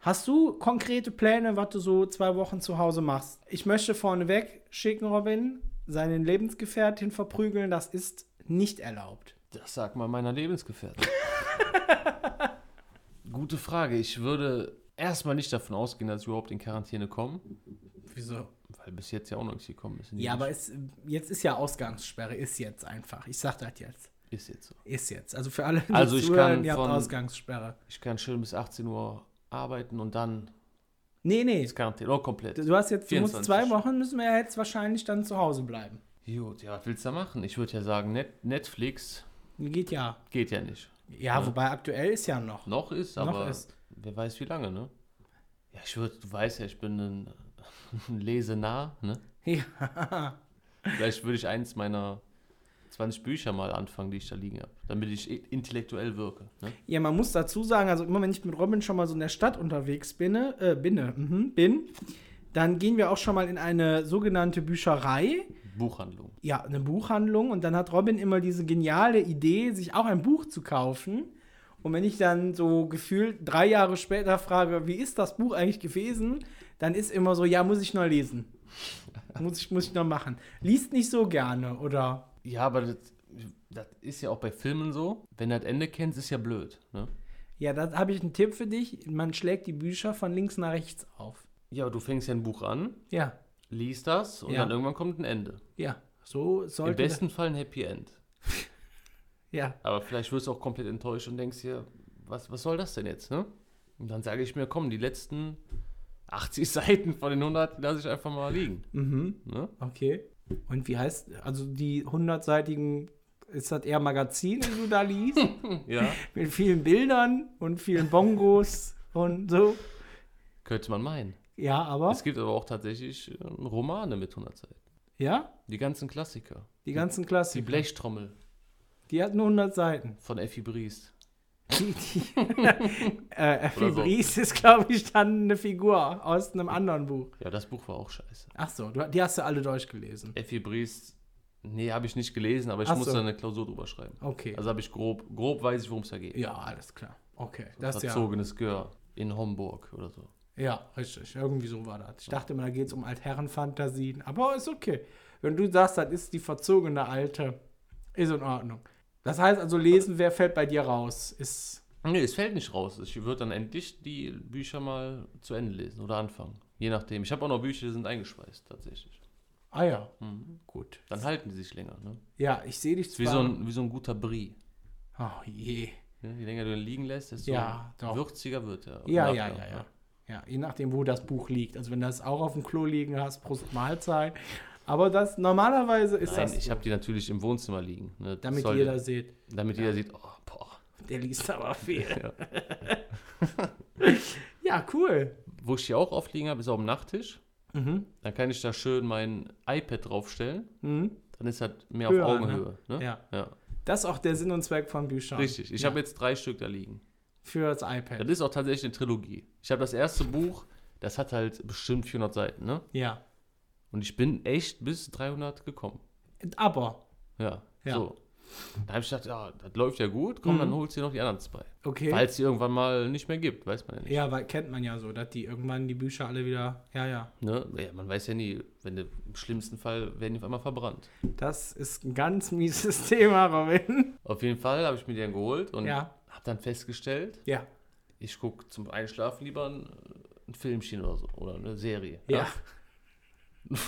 S1: Hast du konkrete Pläne, was du so zwei Wochen zu Hause machst? Ich möchte vorneweg schicken, Robin, seinen Lebensgefährtin verprügeln, das ist nicht erlaubt.
S2: Das sagt mal meiner Lebensgefährtin. Gute Frage. Ich würde erstmal nicht davon ausgehen, dass wir überhaupt in Quarantäne kommen,
S1: Wieso?
S2: weil bis jetzt ja auch noch nichts gekommen ist.
S1: Ja, aber ist, jetzt ist ja Ausgangssperre, ist jetzt einfach. Ich sag das jetzt.
S2: ist jetzt so.
S1: Ist jetzt. Also für alle, die
S2: Also ich kann
S1: ihr habt
S2: von-
S1: Ausgangssperre.
S2: Ich kann schön bis 18 Uhr arbeiten und dann
S1: Nee, nee.
S2: ist Quarantäne. Oh, komplett.
S1: Du hast jetzt, du musst
S2: 24.
S1: zwei Wochen, müssen wir ja jetzt wahrscheinlich dann zu Hause bleiben.
S2: Gut, ja, was willst du da machen? Ich würde ja sagen, Net Netflix
S1: Geht ja.
S2: geht ja nicht.
S1: Ja, wobei aktuell ist ja noch.
S2: Noch ist,
S1: Noch
S2: aber
S1: ist.
S2: wer weiß wie lange, ne? Ja, ich würde, du weißt ja, ich bin ein, ein Lesenah, ne?
S1: Ja.
S2: Vielleicht würde ich eins meiner 20 Bücher mal anfangen, die ich da liegen habe, damit ich i- intellektuell wirke. Ne?
S1: Ja, man muss dazu sagen, also immer wenn ich mit Robin schon mal so in der Stadt unterwegs bin, äh, binne, mhm, bin, dann gehen wir auch schon mal in eine sogenannte Bücherei,
S2: Buchhandlung.
S1: ja, eine Buchhandlung und dann hat Robin immer diese geniale Idee, sich auch ein Buch zu kaufen. Und wenn ich dann so gefühlt drei Jahre später frage, wie ist das Buch eigentlich gewesen, dann ist immer so, ja, muss ich noch lesen. Muss ich, muss ich noch machen. Liest nicht so gerne, oder?
S2: Ja, aber das, das ist ja auch bei Filmen so. Wenn du das Ende kennst, ist ja blöd. Ne?
S1: Ja, da habe ich einen Tipp für dich. Man schlägt die Bücher von links nach rechts auf.
S2: Ja, aber du fängst ja ein Buch an,
S1: Ja.
S2: liest das und
S1: Ja.
S2: dann irgendwann kommt ein Ende.
S1: Ja, so sollte
S2: Im besten Fall ein Happy End.
S1: Ja,
S2: Aber vielleicht wirst du auch komplett enttäuscht und denkst dir, was, was soll das denn jetzt? Ne? Und dann sage ich mir, komm, die letzten 80 Seiten von den 100 lasse ich einfach mal liegen. Ne?
S1: mhm, okay. Und wie heißt, also die hundertseitigen, ist das eher Magazin, die du da liest?
S2: Ja,
S1: mit vielen Bildern und vielen Bongos und so.
S2: könnte man meinen.
S1: Ja, aber,
S2: Es gibt aber auch tatsächlich äh, Romane mit 100 Seiten.
S1: ja,
S2: Die ganzen Klassiker.
S1: die ganzen
S2: Die
S1: Klassiker.
S2: Blechtrommel
S1: Die hat nur 100 Seiten.
S2: von Effi Briest.
S1: Die, die, äh, Effi
S2: Oder so.
S1: Briest ist, glaube ich, dann eine Figur aus einem anderen Buch.
S2: Ja, das Buch war auch scheiße.
S1: Ach so, du, die hast du alle durchgelesen.
S2: Effi Briest, nee, habe ich nicht gelesen, aber ich
S1: Ach
S2: muss
S1: so.
S2: da eine Klausur drüber schreiben.
S1: Okay.
S2: Also habe ich grob, grob weiß ich, worum es da geht.
S1: ja, alles klar. Okay, das ist ja.
S2: Verzogenes Gör in Homburg oder so.
S1: Ja, richtig. Irgendwie so war das. Ich dachte immer, da geht es um Altherrenfantasien. Aber ist okay. Wenn du sagst, das ist die verzogene Alte, ist in Ordnung. Das heißt also, lesen, wer fällt bei dir raus? Ist.
S2: Nee, es fällt nicht raus. Ich würde dann endlich die Bücher mal zu Ende lesen oder anfangen. Je nachdem. Ich habe auch noch Bücher, die sind eingeschweißt, tatsächlich.
S1: Ah ja,
S2: Mhm.
S1: gut.
S2: Dann halten die sich länger. Ne?
S1: Ja, ich sehe dich
S2: Ist wie,
S1: zwar-
S2: so ein, wie so ein guter Brie.
S1: Oh je.
S2: Ne? Je länger du ihn liegen lässt, desto
S1: Ja, doch.
S2: würziger wird er. ne?
S1: Ja,
S2: Nachher,
S1: ja, ja, ja. Ja, je nachdem, wo das Buch liegt. Also, wenn du das auch auf dem Klo liegen hast, Prost Mahlzeit. Aber das normalerweise ist
S2: Nein,
S1: das.
S2: ich
S1: so,
S2: habe die natürlich im Wohnzimmer liegen. Ne? Das
S1: damit
S2: soll-
S1: jeder sieht.
S2: damit jeder sieht, oh, boah.
S1: Der liest aber viel. ja, cool.
S2: Wo ich die auch oft liegen habe, ist auf dem Nachttisch.
S1: Mhm.
S2: Dann kann ich da schön mein iPad draufstellen.
S1: Mhm.
S2: Dann ist das mehr
S1: Höher,
S2: auf Augenhöhe. Ne?
S1: Ja. Das ist auch der Sinn und Zweck von Büchern.
S2: Richtig. Ich habe jetzt drei Stück da liegen.
S1: Für das
S2: Das
S1: iPad.
S2: ist auch tatsächlich eine Trilogie. Ich habe das erste Buch, das hat halt bestimmt 400 Seiten. Ne?
S1: Ja.
S2: Und ich bin echt bis 300 gekommen.
S1: Aber,
S2: Ja.
S1: Ja. Mhm.
S2: So. Da habe ich gedacht, ja, das läuft ja gut. Komm, dann holst du dir noch die anderen zwei.
S1: okay.
S2: Weil es die irgendwann mal nicht mehr gibt, weiß man ja nicht.
S1: ja, weil kennt man ja so, dass die irgendwann die Bücher alle wieder. Ja, ja.
S2: Ne? Ja, man weiß ja nie, wenn du, im schlimmsten Fall werden die auf einmal verbrannt.
S1: Das ist ein ganz mieses Thema, Robin.
S2: Auf jeden Fall habe ich mir die dann geholt und
S1: Ja.
S2: habe dann festgestellt,
S1: Ja.
S2: ich gucke zum Einschlafen lieber ne? ein, ein Filmchen oder so oder eine Serie.
S1: Ja.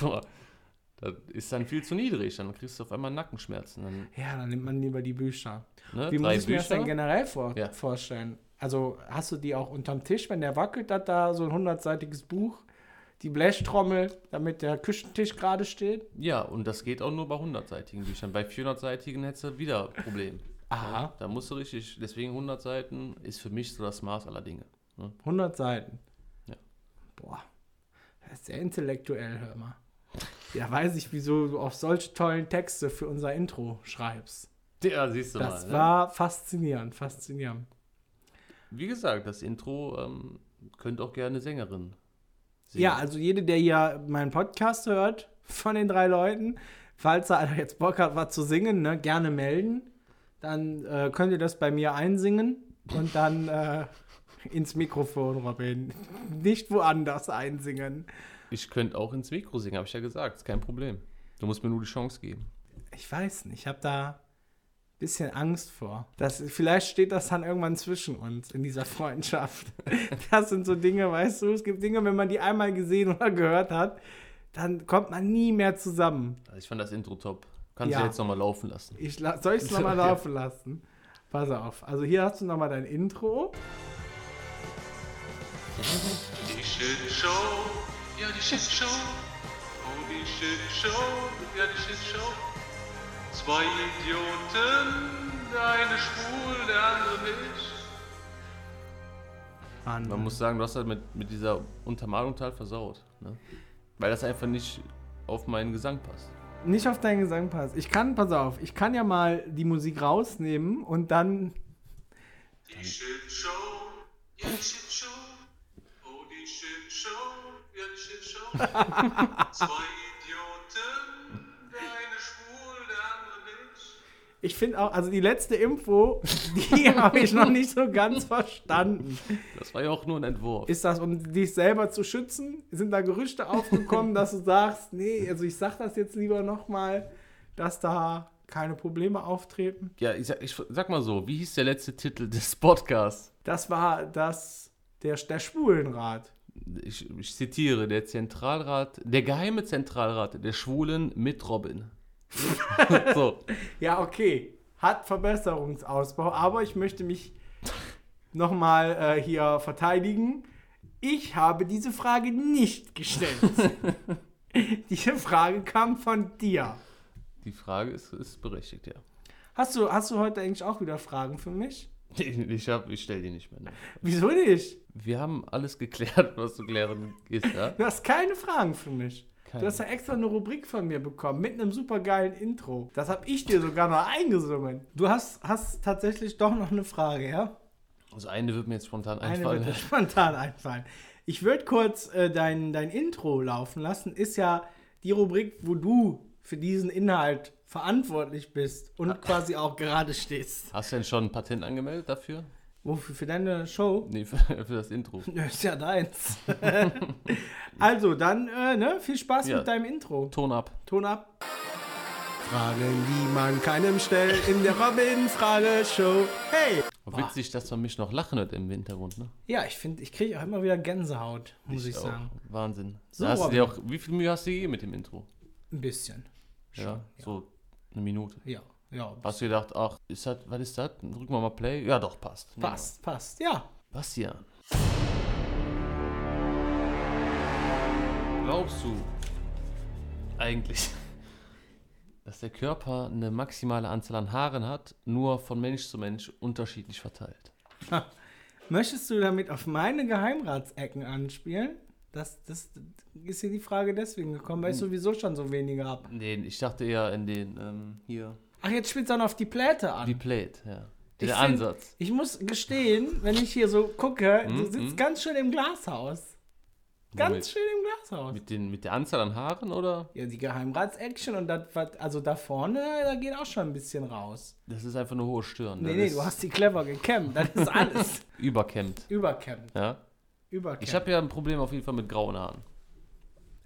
S2: Ja. Das ist dann viel zu niedrig, dann kriegst du auf einmal Nackenschmerzen. Dann,
S1: Ja, dann nimmt man lieber die Bücher.
S2: ne?
S1: Wie
S2: Drei
S1: muss ich mir das denn
S2: Bücher.
S1: generell vor
S2: Ja.
S1: vorstellen? Also hast du die auch unterm Tisch, wenn der wackelt, hat da so ein hundertseitiges Buch, die Blechtrommel, damit der Küchentisch gerade steht?
S2: Ja, und das geht auch nur bei 100-seitigen Büchern. Bei 400-seitigen hättest du wieder ein Problem.
S1: Aha.
S2: Da musst du richtig, deswegen 100 Seiten ist für mich so das Maß aller Dinge.
S1: 100 Seiten.
S2: Ja.
S1: Boah, das ist sehr intellektuell, hör mal. Ja, weiß ich, wieso du auf solche tollen Texte für unser Intro schreibst.
S2: Ja, siehst du
S1: Das
S2: mal. ne?
S1: war faszinierend, faszinierend.
S2: Wie gesagt, das Intro ähm, könnte auch gerne Sängerin singen.
S1: Ja, also jede, der hier meinen Podcast hört, von den drei Leuten, falls er einer jetzt Bock hat, was zu singen, ne, gerne melden. Dann äh, könnt ihr das bei mir einsingen und dann äh, ins Mikrofon, Robin. Nicht woanders einsingen.
S2: Ich könnte auch ins Mikro singen, habe ich ja gesagt. Ist kein Problem. Du musst mir nur die Chance geben.
S1: Ich weiß nicht, ich habe da ein bisschen Angst vor. Das, vielleicht steht das dann irgendwann zwischen uns in dieser Freundschaft. Das sind so Dinge, weißt du, es gibt Dinge, wenn man die einmal gesehen oder gehört hat, dann kommt man nie mehr zusammen.
S2: Also ich fand das Intro top. Kannst
S1: Ja.
S2: du jetzt nochmal laufen lassen.
S1: Ich la- soll ich es nochmal
S2: Ja.
S1: laufen lassen? Pass auf. Also hier hast du nochmal dein Intro.
S3: Die Shit Show, ja die Shit Show. Oh die Shit Show, ja die Shit Show. Zwei Idioten, der eine schwul, der andere nicht.
S1: Mann.
S2: Man muss sagen, du hast das mit, mit dieser Untermalung total versaut. Ne? Weil das einfach nicht auf meinen Gesang passt.
S1: Nicht auf deinen Gesang passen. Ich kann, pass auf, ich kann ja mal die Musik rausnehmen und dann.
S3: Die Shit Show, ja die Shit Show. Oh die Shit Show, ja die Shit Show. Zwei Idioten, der eine schwul, der andere nicht.
S1: Ich finde auch, also die letzte Info, die habe ich noch nicht so ganz verstanden.
S2: Das war ja auch nur ein Entwurf.
S1: Ist das, um dich selber zu schützen? Sind da Gerüchte aufgekommen, dass du sagst, nee, also ich sag das jetzt lieber nochmal, dass da keine Probleme auftreten?
S2: ja, ich sag, ich sag mal so, wie hieß der letzte Titel des Podcasts?
S1: Das war das, der, der Schwulenrat.
S2: Ich, ich zitiere, der Zentralrat, der geheime Zentralrat der Schwulen mit Robin. so,
S1: Ja, okay. Hat Verbesserungsausbau, aber ich möchte mich nochmal äh, hier verteidigen. Ich habe diese Frage nicht gestellt. diese Frage kam von dir.
S2: die Frage ist, ist berechtigt, ja.
S1: Hast du, hast du heute eigentlich auch wieder Fragen für mich?
S2: Ich, hab, ich stell die nicht mehr. Ne?
S1: Wieso nicht?
S2: Wir haben alles geklärt, was zu klären ist, ja?
S1: Du hast keine Fragen für mich.
S2: Keine.
S1: Du hast ja extra eine Rubrik von mir bekommen mit einem supergeilen Intro. Das habe ich dir sogar noch eingesungen. Du hast, hast tatsächlich doch noch eine Frage, ja?
S2: Also eine wird mir jetzt spontan
S1: Eine wird
S2: einfallen.
S1: mir spontan einfallen. Ich würde kurz äh, dein, dein Intro laufen lassen. Ist ja die Rubrik, wo du für diesen Inhalt verantwortlich bist
S2: Ah.
S1: und quasi auch gerade stehst.
S2: Hast du denn schon ein Patent angemeldet dafür?
S1: Wofür? Für deine Show?
S2: Nee, für, für das Intro.
S1: Nö, Ist ja deins. also, dann äh, ne, viel Spaß
S2: Ja.
S1: mit deinem Intro.
S2: Ton ab.
S1: Ton ab. Fragen, die man keinem stellt in der Robin-Frage-Show. Hey!
S2: Witzig, dass man mich noch lachen hört im Hintergrund, ne?
S1: Ja, ich finde, ich kriege auch immer wieder Gänsehaut, muss ich,
S2: Auch
S1: sagen.
S2: Wahnsinn.
S1: So,
S2: So, hast du dir auch,
S1: Robin.
S2: wie viel Mühe hast du dir gegeben mit dem Intro?
S1: Ein bisschen.
S2: ja, so eine Minute.
S1: Ja, ja.
S2: Hast du gedacht, ach, ist das, was ist das? Drücken wir mal Play. Ja, doch, passt. Nehmen
S1: Passt, passt, ja.
S2: wir. Bastian. Glaubst du eigentlich, dass der Körper eine maximale Anzahl an Haaren hat, nur von Mensch zu Mensch unterschiedlich verteilt?
S1: Möchtest du damit auf meine Geheimratsecken anspielen? Das, das ist hier die Frage deswegen gekommen,
S2: Hm.
S1: weil ich sowieso schon so wenige habe.
S2: Nee, ich dachte eher in den, ähm, hier.
S1: Ach, jetzt spielst du dann auf die Pläte an.
S2: Die Plate, ja.
S1: Ich
S2: Der
S1: find-
S2: Ansatz.
S1: Ich muss gestehen, wenn ich hier so gucke,
S2: Hm,
S1: du sitzt ganz schön im Glashaus. Ganz
S2: Womit?
S1: schön im Glashaus.
S2: Mit, den, mit der Anzahl an Haaren oder?
S1: Ja, die Geheimratsaction und das, was- also da vorne, da geht auch schon ein bisschen raus.
S2: Das ist einfach eine hohe Stirn.
S1: Nee,
S2: das
S1: nee,
S2: ist
S1: du hast die clever gekämmt. Das ist alles.
S2: Überkämmt.
S1: Überkämmt.
S2: Ja?
S1: Überkämmt.
S2: Ich habe ja ein Problem auf jeden Fall mit grauen Haaren.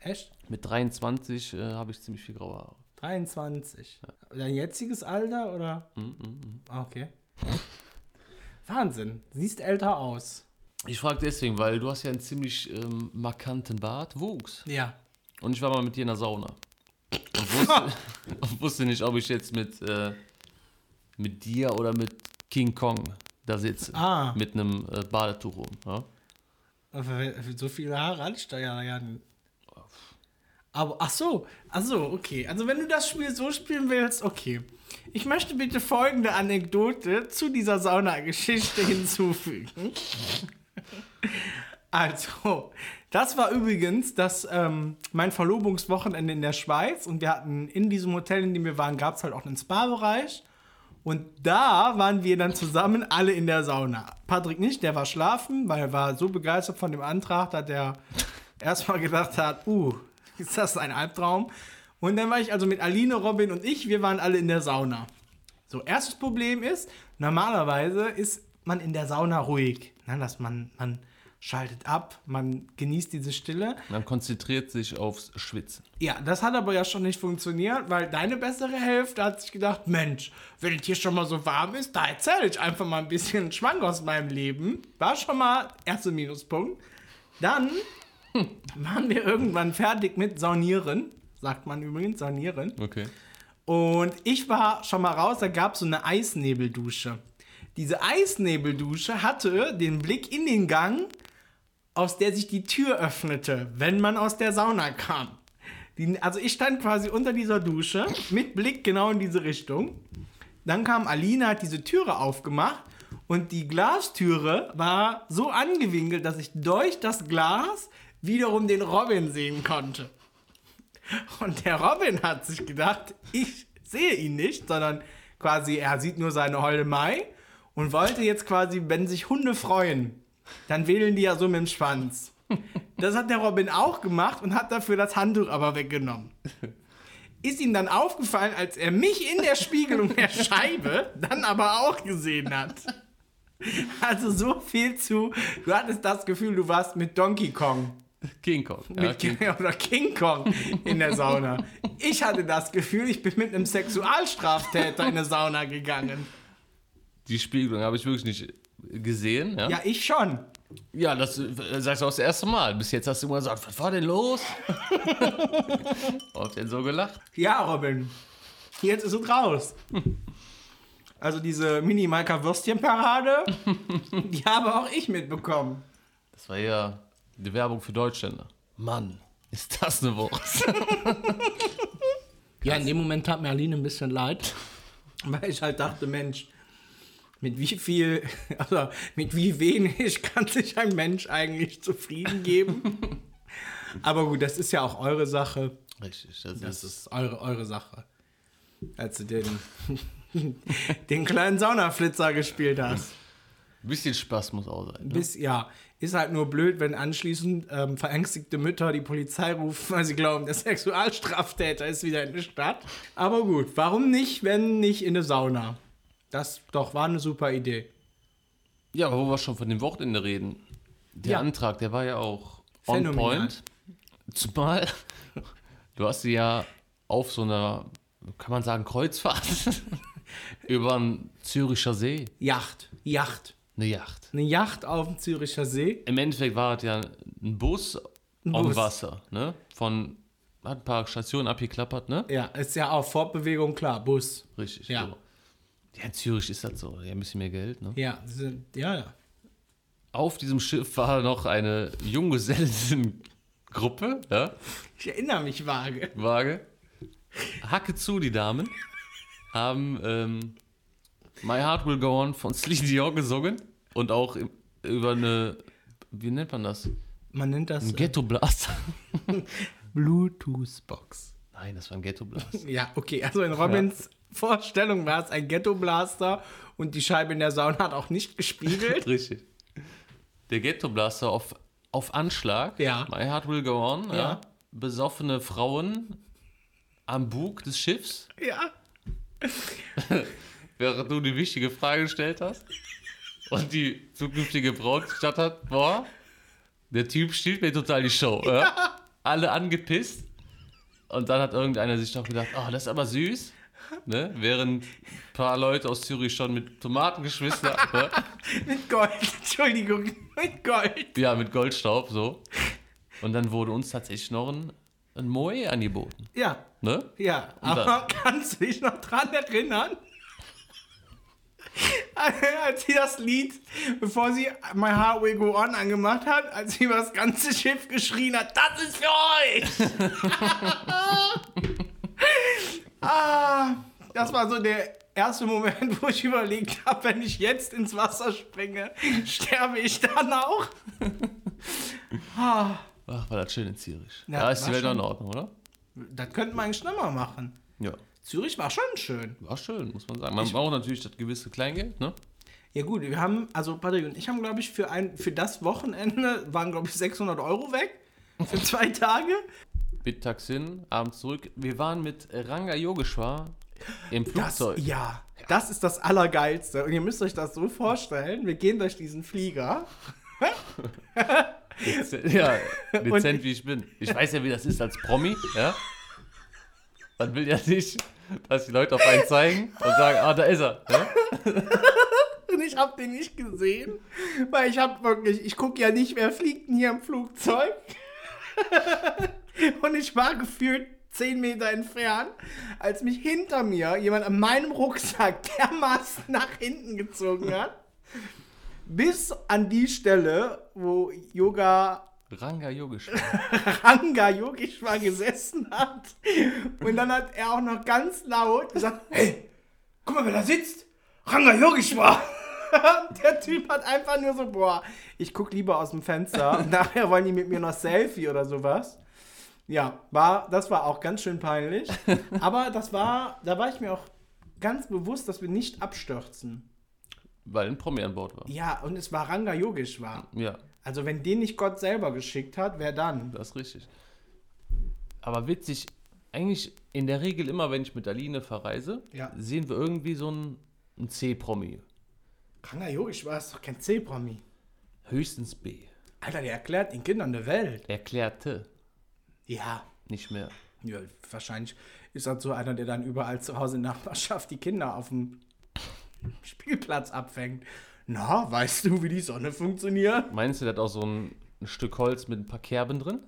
S1: Echt?
S2: Mit 23 äh, habe ich ziemlich viel graue Haare.
S1: 23. Dein jetziges Alter oder?
S2: Mm,
S1: Ah, Okay. Wahnsinn. Siehst älter aus.
S2: Ich frage deswegen, weil du hast ja einen ziemlich ähm, markanten Bart, Wuchs.
S1: Ja.
S2: Und ich war mal mit dir in der Sauna. Und wusste, und wusste nicht, ob ich jetzt mit, äh, mit dir oder mit King Kong da sitze.
S4: Ah.
S2: Mit einem äh, Badetuch um. Ja?
S4: So viele Haare ansteuern. ja, ja. Aber ach so, ach so, okay. Also wenn du das Spiel so spielen willst, okay.
S1: Ich möchte bitte folgende Anekdote zu dieser Sauna-Geschichte hinzufügen. Also, das war übrigens das, ähm, mein Verlobungswochenende in der Schweiz und wir hatten in diesem Hotel, in dem wir waren, gab es halt auch einen Spa-Bereich und da waren wir dann zusammen alle in der Sauna. Patrick nicht, der war schlafen, weil er war so begeistert von dem Antrag, dass er erstmal gedacht hat, uh, ist das ein Albtraum? Und dann war ich also mit Aline, Robin und ich, wir waren alle in der Sauna. So, erstes Problem ist, normalerweise ist man in der Sauna ruhig. Ne? Dass man, man schaltet ab, man genießt diese Stille.
S2: Man konzentriert sich aufs Schwitzen.
S1: Ja, das hat aber ja schon nicht funktioniert, weil deine bessere Hälfte hat sich gedacht, Mensch, wenn es hier schon mal so warm ist, da erzähle ich einfach mal ein bisschen Schwank aus meinem Leben. War schon mal erster Minuspunkt. Dann waren wir irgendwann fertig mit Saunieren. Sagt man übrigens, Saunieren.
S2: Okay.
S1: Und ich war schon mal raus, da gab es so eine Eisnebeldusche. Diese Eisnebeldusche hatte den Blick in den Gang, aus der sich die Tür öffnete, wenn man aus der Sauna kam. Die, also ich stand quasi unter dieser Dusche mit Blick genau in diese Richtung. Dann kam Alina, hat diese Türe aufgemacht und die Glastüre war so angewinkelt, dass ich durch das Glas wiederum den Robin sehen konnte. Und der Robin hat sich gedacht, ich sehe ihn nicht, sondern quasi er sieht nur seine Holde Mai und wollte jetzt quasi, wenn sich Hunde freuen, dann wedeln die ja so mit dem Schwanz. Das hat der Robin auch gemacht und hat dafür das Handtuch aber weggenommen. Ist ihm dann aufgefallen, als er mich in der Spiegelung der Scheibe dann aber auch gesehen hat. Also so viel zu, du hattest das Gefühl, du warst mit Donkey Kong
S2: King Kong. Ja,
S1: mit
S2: King,
S1: King. oder King Kong in der Sauna. Ich hatte das Gefühl, ich bin mit einem Sexualstraftäter in eine Sauna gegangen.
S2: die Spiegelung habe ich wirklich nicht gesehen. Ja,
S1: Ja, ich schon.
S2: ja das äh, sagst du auch das erste Mal. Bis jetzt hast du immer gesagt, was war denn los? Habt denn so gelacht?
S1: Ja, Robin. Jetzt ist es raus. Also diese Mini-Malka-Würstchen-Parade, die habe auch ich mitbekommen.
S2: Das war ja die Werbung für Deutschländer. Mann, ist das eine Wurst.
S4: Ja, in dem Moment tat mir Aline ein bisschen leid.
S1: Weil ich halt dachte, Mensch, mit wie viel, also mit wie wenig kann sich ein Mensch eigentlich zufrieden geben? Aber gut, das ist ja auch eure Sache.
S2: Richtig, das,
S1: Das
S2: ist
S1: ist eure, eure Sache. Als du den, den kleinen Saunaflitzer gespielt hast.
S2: ein bisschen Spaß muss auch sein. Ne?
S1: Bis, ja, ist halt nur blöd, wenn anschließend ähm, verängstigte Mütter die Polizei rufen, weil sie glauben, der Sexualstraftäter ist wieder in der Stadt. Aber gut, warum nicht, wenn nicht in der Sauna? Das doch war eine super Idee.
S2: Ja, aber wo wir schon von dem Wochenende reden. Der
S1: Ja.
S2: Antrag, der war ja auch on
S1: Phänomenal.
S2: point. Zumal du hast sie ja auf so einer, kann man sagen, Kreuzfahrt über den Züricher See,
S1: Yacht, Yacht.
S2: eine Yacht.
S1: Eine Yacht auf dem Züricher See.
S2: Im Endeffekt war es ja ein Bus
S1: Ein
S2: auf
S1: Bus.
S2: dem Wasser, ne? Von, hat ein paar Stationen abgeklappert, ne?
S1: Ja, ist ja auch Fortbewegung, klar, Bus.
S2: Richtig.
S1: Ja.
S2: So. Ja, in Zürich ist das so. Ja, ein bisschen mehr Geld, ne?
S1: Ja, diese- ja, ja.
S2: Auf diesem Schiff war noch eine Junggesellengruppe, ja?
S1: Ich erinnere mich vage.
S2: Waage. Hacke zu, die Damen. Haben ähm, My Heart Will Go On von Celine Dion gesungen. Und auch im, über eine, wie nennt man das?
S1: Man nennt das
S2: Ein Ghetto Blast.
S1: Bluetooth-Box.
S2: Nein, das war ein Ghetto Blast.
S1: Ja, okay, also in Robins Vorstellung war es ein Ghetto-Blaster und die Scheibe in der Sauna hat auch nicht gespiegelt.
S2: Richtig. Der Ghetto Blaster auf, auf Anschlag.
S1: Ja.
S2: My Heart Will Go On. Ja.
S1: Ja.
S2: Besoffene Frauen am Bug des Schiffs.
S1: ja.
S2: Während du die wichtige Frage gestellt hast und die zukünftige Braut gesagt hat, boah, der Typ stiehlt mir total die Show. Ja. Alle angepisst. Und dann hat irgendeiner sich doch gedacht, oh, das ist aber süß. Ne? Während ein paar Leute aus Zürich schon mit Tomaten geschmissen haben. ne?
S1: Mit Gold, Entschuldigung, mit Gold.
S2: Ja, mit Goldstaub so. Und dann wurde uns tatsächlich noch ein ein Moe angeboten.
S1: Ja,
S2: Ne?
S1: ja.
S2: Und dann-
S1: Aber kannst du dich noch dran erinnern? als sie das Lied, bevor sie My Heart Will Go On angemacht hat, als sie über das ganze Schiff geschrien hat, das ist für euch! ah, das war so der erste Moment, wo ich überlegt habe, wenn ich jetzt ins Wasser springe, sterbe ich dann auch? ah,
S2: Ach, war das schön in Zürich.
S1: Ja,
S2: da ist die
S1: war
S2: Welt noch
S1: schon.
S2: in Ordnung, oder?
S1: das könnte man eigentlich schlimmer machen.
S2: Ja.
S1: Zürich war schon schön.
S2: War schön, muss man sagen. Man braucht natürlich das gewisse Kleingeld, ne?
S1: Ja gut, wir haben, also Patrick und ich haben, glaube ich, für, ein, für das Wochenende waren, glaube ich, 600 Euro weg. Für zwei Tage.
S2: Mittags hin, abends zurück. Wir waren mit Ranga Yogeshwar im
S1: Das,
S2: Flugzeug.
S1: ja, das ist das Allergeilste. Und ihr müsst euch das so vorstellen, wir gehen durch diesen Flieger.
S2: Ja, dezent wie ich bin. Ich weiß ja, wie das ist als Promi, ja? Man will ja nicht, dass die Leute auf einen zeigen und sagen, ah, da ist er. Ja?
S1: Und ich habe den nicht gesehen, weil ich habe wirklich, ich gucke ja nicht, wer fliegt denn hier im Flugzeug. Und ich war gefühlt 10 Meter entfernt, als mich hinter mir jemand an meinem Rucksack dermaßen nach hinten gezogen hat. Bis an die Stelle, wo Yoga
S2: Ranga Yogeshwar.
S1: Ranga Yogeshwar gesessen hat. Und dann hat er auch noch ganz laut gesagt: Hey, guck mal, wer da sitzt! Ranga Yogeshwar! Der Typ hat einfach nur so: Boah, ich guck lieber aus dem Fenster. Nachher wollen die mit mir noch Selfie oder sowas. Ja, war, das war auch ganz schön peinlich. Aber das war, da war ich mir auch ganz bewusst, dass wir nicht abstürzen.
S2: Weil ein Promi an Bord war.
S1: Ja, und es war Ranga Yogeshwar.
S2: Ja,
S1: Also, wenn den nicht Gott selber geschickt hat, wer dann?
S2: das ist richtig. Aber witzig, eigentlich in der Regel immer, wenn ich mit Aline verreise,
S1: Ja.
S2: sehen wir irgendwie so einen, einen C-Promi.
S1: Ranga Yogeshwar ist doch kein C-Promi.
S2: Höchstens B.
S1: Alter, der erklärt den Kindern der Welt.
S2: Erklärte
S1: Ja.
S2: nicht mehr.
S1: ja wahrscheinlich ist das so einer, der dann überall zu Hause in der Nachbarschaft die Kinder auf dem Spielplatz abfängt. Na, weißt du, wie die Sonne funktioniert?
S2: Meinst du, der hat auch so ein, ein Stück Holz mit ein paar Kerben drin?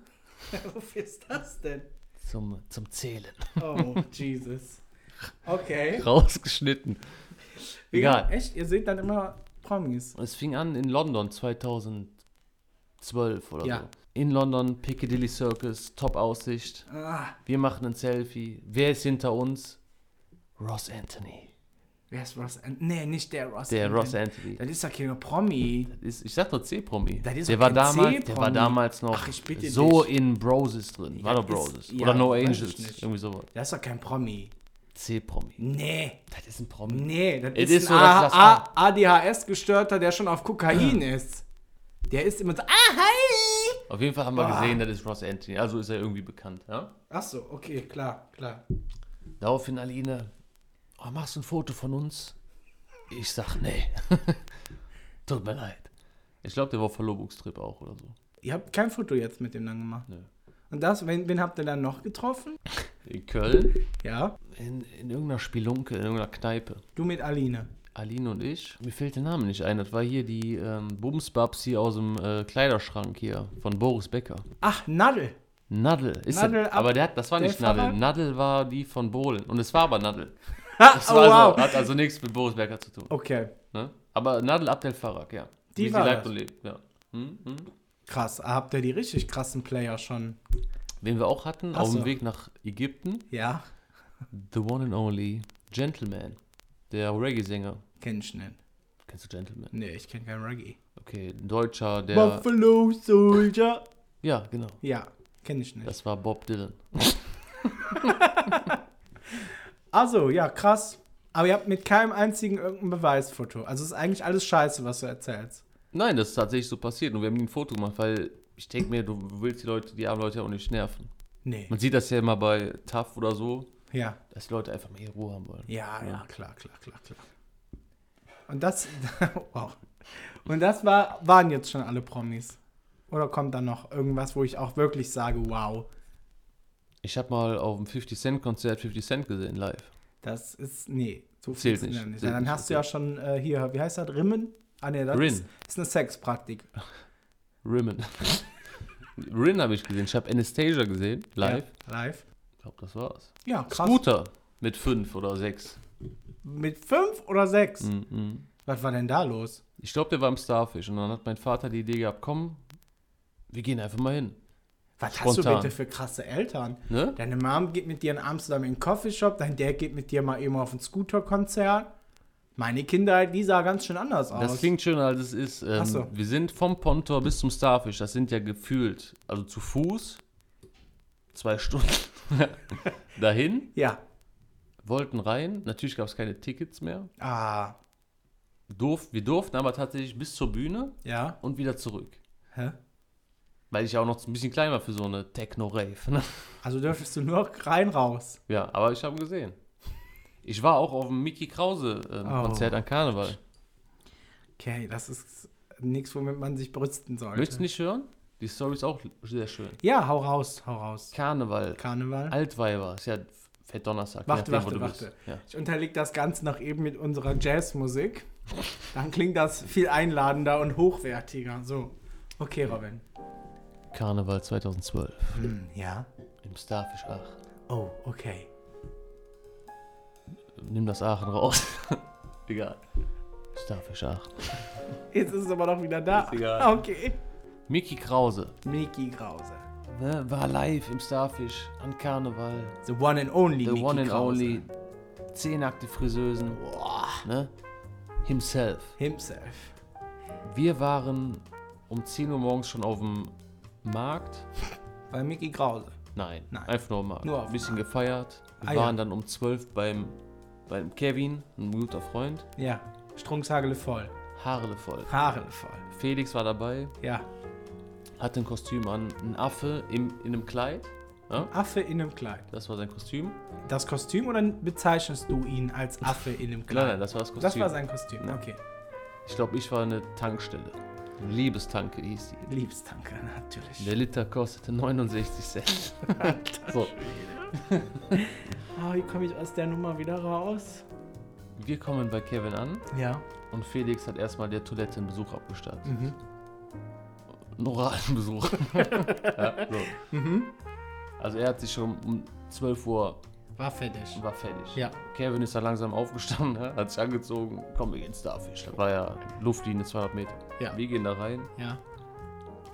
S1: Wofür ist das denn?
S2: Zum, zum Zählen.
S1: Oh, Jesus. Okay.
S2: Rausgeschnitten. Egal.
S1: Echt, ihr seht dann immer Promis.
S2: Es fing an in London 2012 oder
S1: Ja.
S2: so. In London, Piccadilly Circus, Top-Aussicht.
S1: Ah,
S2: Wir machen ein Selfie. Wer ist hinter uns? Ross Anthony.
S1: wer ist Ross Ant Nee, nicht der Ross
S2: Der
S1: Anthony.
S2: Ross Anthony.
S1: Das ist doch kein Promi.
S2: Ist, ich sag doch C-Promi.
S1: Das ist
S2: Der,
S1: doch
S2: war
S1: kein
S2: damals- der
S1: C-Promi.
S2: war damals noch
S1: Ach, ich bitte
S2: so
S1: dich.
S2: in Broses drin. War
S1: Ja,
S2: doch Broses.
S1: ist- ja,
S2: Oder No
S1: weiß ich
S2: Angels.
S1: nicht.
S2: Irgendwie sowas.
S1: Das ist doch kein Promi.
S2: C-Promi.
S1: Nee.
S2: Das ist ein Promi.
S1: Nee, das
S2: Es
S1: ist,
S2: ist so,
S1: ein
S2: dass das
S5: A-
S1: A- A- ADHS-Gestörter, der schon auf Kokain ist. Der ist immer so, ah, hi!
S2: Auf jeden Fall haben wir gesehen, das ist Ross Anthony. Also ist er irgendwie bekannt. Ja?
S1: Ach so, okay, klar, klar.
S2: Daraufhin Aline, oh, machst du ein Foto von uns? Ich sag, nee. Tut mir leid. Ich glaube, der war auf Verlobungstrip auch oder so.
S1: Ihr habt kein Foto jetzt mit dem dann gemacht.
S2: Nö.
S1: Und das, wen, wen habt ihr dann noch getroffen?
S2: In Köln?
S1: Ja,
S2: In, in irgendeiner Spielunke, in irgendeiner Kneipe.
S1: du mit Aline.
S2: Aline und ich. Mir fällt der Name nicht ein. Das war hier die ähm, Bumsbabs hier aus dem äh, Kleiderschrank hier von Boris Becker.
S1: Ach, Nadel.
S2: Nadel ist
S1: Nadel
S2: das,
S1: ab-
S2: aber der hat, das war
S1: der
S2: nicht Nadel.
S1: Pfarrer?
S2: Nadel war die von Bohlen und es war aber Nadel.
S1: Ha,
S2: Das
S1: oh,
S2: war also,
S1: wow.
S2: hat also nichts mit Boris Becker zu tun.
S1: Okay,
S2: Ne? Aber Nadel Abdel Farag, ja.
S1: Die
S2: Wie
S1: war
S2: sie lebt
S1: das.
S2: und lebt, ja. Hm, hm.
S1: krass. Ah, Habt ihr die richtig krassen Player schon?
S2: Wen wir auch hatten,
S1: Ach
S2: auf dem
S1: so.
S2: Weg nach Ägypten,
S1: Ja,
S2: the one and only Gentleman, der Reggae-Sänger.
S1: kenn ich nicht.
S2: Kennst du Gentleman?
S1: Nee, ich kenn keinen Reggae.
S2: Okay, ein Deutscher, der.
S1: Buffalo Soldier.
S2: Ja, genau.
S1: Ja, kenn ich nicht.
S2: Das war Bob Dylan.
S1: Also, ja, krass. Aber ihr habt mit keinem einzigen irgendein Beweisfoto. Also ist eigentlich alles scheiße, was du erzählst.
S2: Nein, das ist tatsächlich so passiert und wir haben ihm ein Foto gemacht, weil ich denke mir, du willst die Leute, die armen Leute ja auch nicht nerven.
S1: Nee.
S2: Man sieht das ja immer bei TAF oder so,
S1: Ja.
S2: dass die Leute einfach mehr Ruhe haben wollen.
S1: Ja, ja, klar, klar, klar, klar. Und das, wow. Und das war, waren jetzt schon alle Promis. Oder kommt dann noch irgendwas, wo ich auch wirklich sage, wow,
S2: Ich habe mal auf dem 50 Cent Konzert 50 Cent gesehen live.
S1: das ist, nee, so viel
S2: Zählt
S1: ist
S2: nicht,
S1: ja nicht.
S2: zählt
S1: Dann
S2: nicht,
S1: hast du
S2: okay.
S1: ja schon äh, hier, wie heißt das, Rimmen? Ah, nee, das
S2: Rin.
S1: Ist, ist eine Sexpraktik.
S2: Rimmen. Rin habe ich gesehen. Ich habe Anastasia gesehen, live.
S1: Live.
S2: Ich glaube, das war's.
S1: Ja, krass.
S2: Scooter mit fünf oder sechs.
S1: Mit fünf oder sechs?
S2: Mhm.
S1: Was war denn da los?
S2: Ich glaube, der war im Starfish. Und dann hat mein Vater die Idee gehabt, komm, wir gehen einfach mal hin.
S1: Was hast du
S2: Spontan.
S1: bitte für krasse Eltern?
S2: Ne?
S1: Deine Mom geht mit dir in Amsterdam in den Coffeeshop, dein Dad geht mit dir mal eben auf ein Scooter-Konzert. Meine Kindheit, die sah ganz schön anders aus.
S2: Das klingt schöner, als es ist. Ähm,
S1: Ach so.
S2: Wir sind vom Pontor bis zum Starfish. Das sind ja gefühlt, also zu Fuß, zwei Stunden dahin.
S1: ja.
S2: Wollten rein. Natürlich gab es keine Tickets mehr.
S1: Ah,
S2: Durf, wir durften aber tatsächlich bis zur Bühne
S1: ja.
S2: und wieder zurück.
S1: Hä?
S2: Weil ich ja auch noch ein bisschen klein war für so eine Techno-Rave. Ne?
S1: Also dürftest du nur rein raus.
S2: Ja, aber ich habe gesehen. Ich war auch auf dem Mickey
S1: Oh.
S2: Krause-Konzert an Karneval.
S1: Okay, das ist nichts, womit man sich brüsten sollte.
S2: Möchtest du nicht hören? Die Story ist auch sehr schön.
S1: Ja, hau raus, hau raus.
S2: Karneval,
S1: Karneval.
S2: Altweiber, ist ja Fettdonnerstag. je
S1: Warte,
S2: nachdem, wo
S1: warte,
S2: du
S1: warte.
S2: bist. Ja.
S1: Ich unterlege das Ganze noch eben mit unserer Jazzmusik. Dann klingt das viel einladender und hochwertiger. So. Okay, Robin.
S2: Karneval 2012
S1: Hm, ja.
S2: im Starfish Ach.
S1: Oh, okay.
S2: Nimm das Aachen raus. egal. Starfish Ach.
S1: Jetzt ist es aber doch wieder da.
S2: Ist egal.
S1: Okay.
S2: Mickey Krause
S1: Miki Krause.
S2: ne, war live im Starfish an Karneval.
S1: The one and only
S2: The
S1: Mickey
S2: one and
S1: Krause.
S2: only. Zehn nackte Friseusen. Ne? Himself.
S1: Himself.
S2: Wir waren um 10 Uhr morgens schon auf dem Markt.
S1: Bei Mickey Krause.
S2: Nein,
S1: Nein.
S2: einfach nur mal
S1: Nur auf
S2: ein bisschen gefeiert. Wir
S1: Ah, ja.
S2: waren dann um 12 beim, beim Kevin, ein guter Freund.
S1: Ja. Strunzhagele voll.
S2: Haare voll.
S1: Haare voll.
S2: Felix war dabei,
S1: Ja.
S2: hatte ein Kostüm an, ein Affe im, in einem Kleid. Ja?
S1: Affe in einem Kleid.
S2: Das war sein Kostüm.
S1: Das Kostüm oder bezeichnest du ihn als Affe in einem
S2: Nein,
S1: Kleid?
S2: nein, das war das Kostüm.
S1: Das war sein Kostüm.
S2: Ja.
S1: Okay.
S2: ich glaube, ich war eine Tankstelle. Eine Liebestanke hieß die.
S1: Liebst, danke, natürlich.
S2: Der Liter kostete 69 Cent. so,
S1: Ah, wie komme ich aus der Nummer wieder raus?
S2: wir kommen bei Kevin an
S1: Ja.
S2: und Felix hat erstmal der Toilette einen Besuch abgestattet.
S1: Mhm.
S2: Einen oralen Besuch. ja, so.
S1: Mhm.
S2: Also er hat sich schon um 12 Uhr
S1: War fertig.
S2: war fertig.
S1: Ja.
S2: Kevin ist da langsam aufgestanden, ne? hat sich angezogen. Komm, wir gehen Starfish. Das war ja Luftlinie 200 Meter.
S1: Ja.
S2: Wir gehen da rein,
S1: Ja.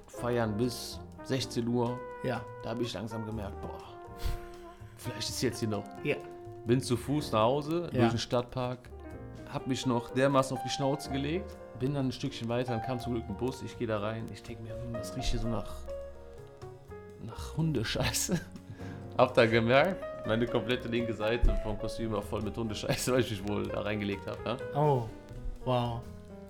S2: feiern bis 16 Uhr.
S1: Ja.
S2: Da habe ich langsam gemerkt, boah, vielleicht ist jetzt hier noch.
S1: Ja.
S2: Bin zu Fuß nach Hause
S1: Ja.
S2: durch den Stadtpark, habe mich noch dermaßen auf die Schnauze gelegt, bin dann ein Stückchen weiter, dann kam zum Glück ein Bus. Ich gehe da rein, ich denke mir, hm, das riecht hier so nach, nach Hundescheiße. Hab da gemerkt, meine komplette linke Seite vom Kostüm war voll mit Hundescheiße, weil ich mich wohl da reingelegt habe. Ja?
S1: Oh. Wow.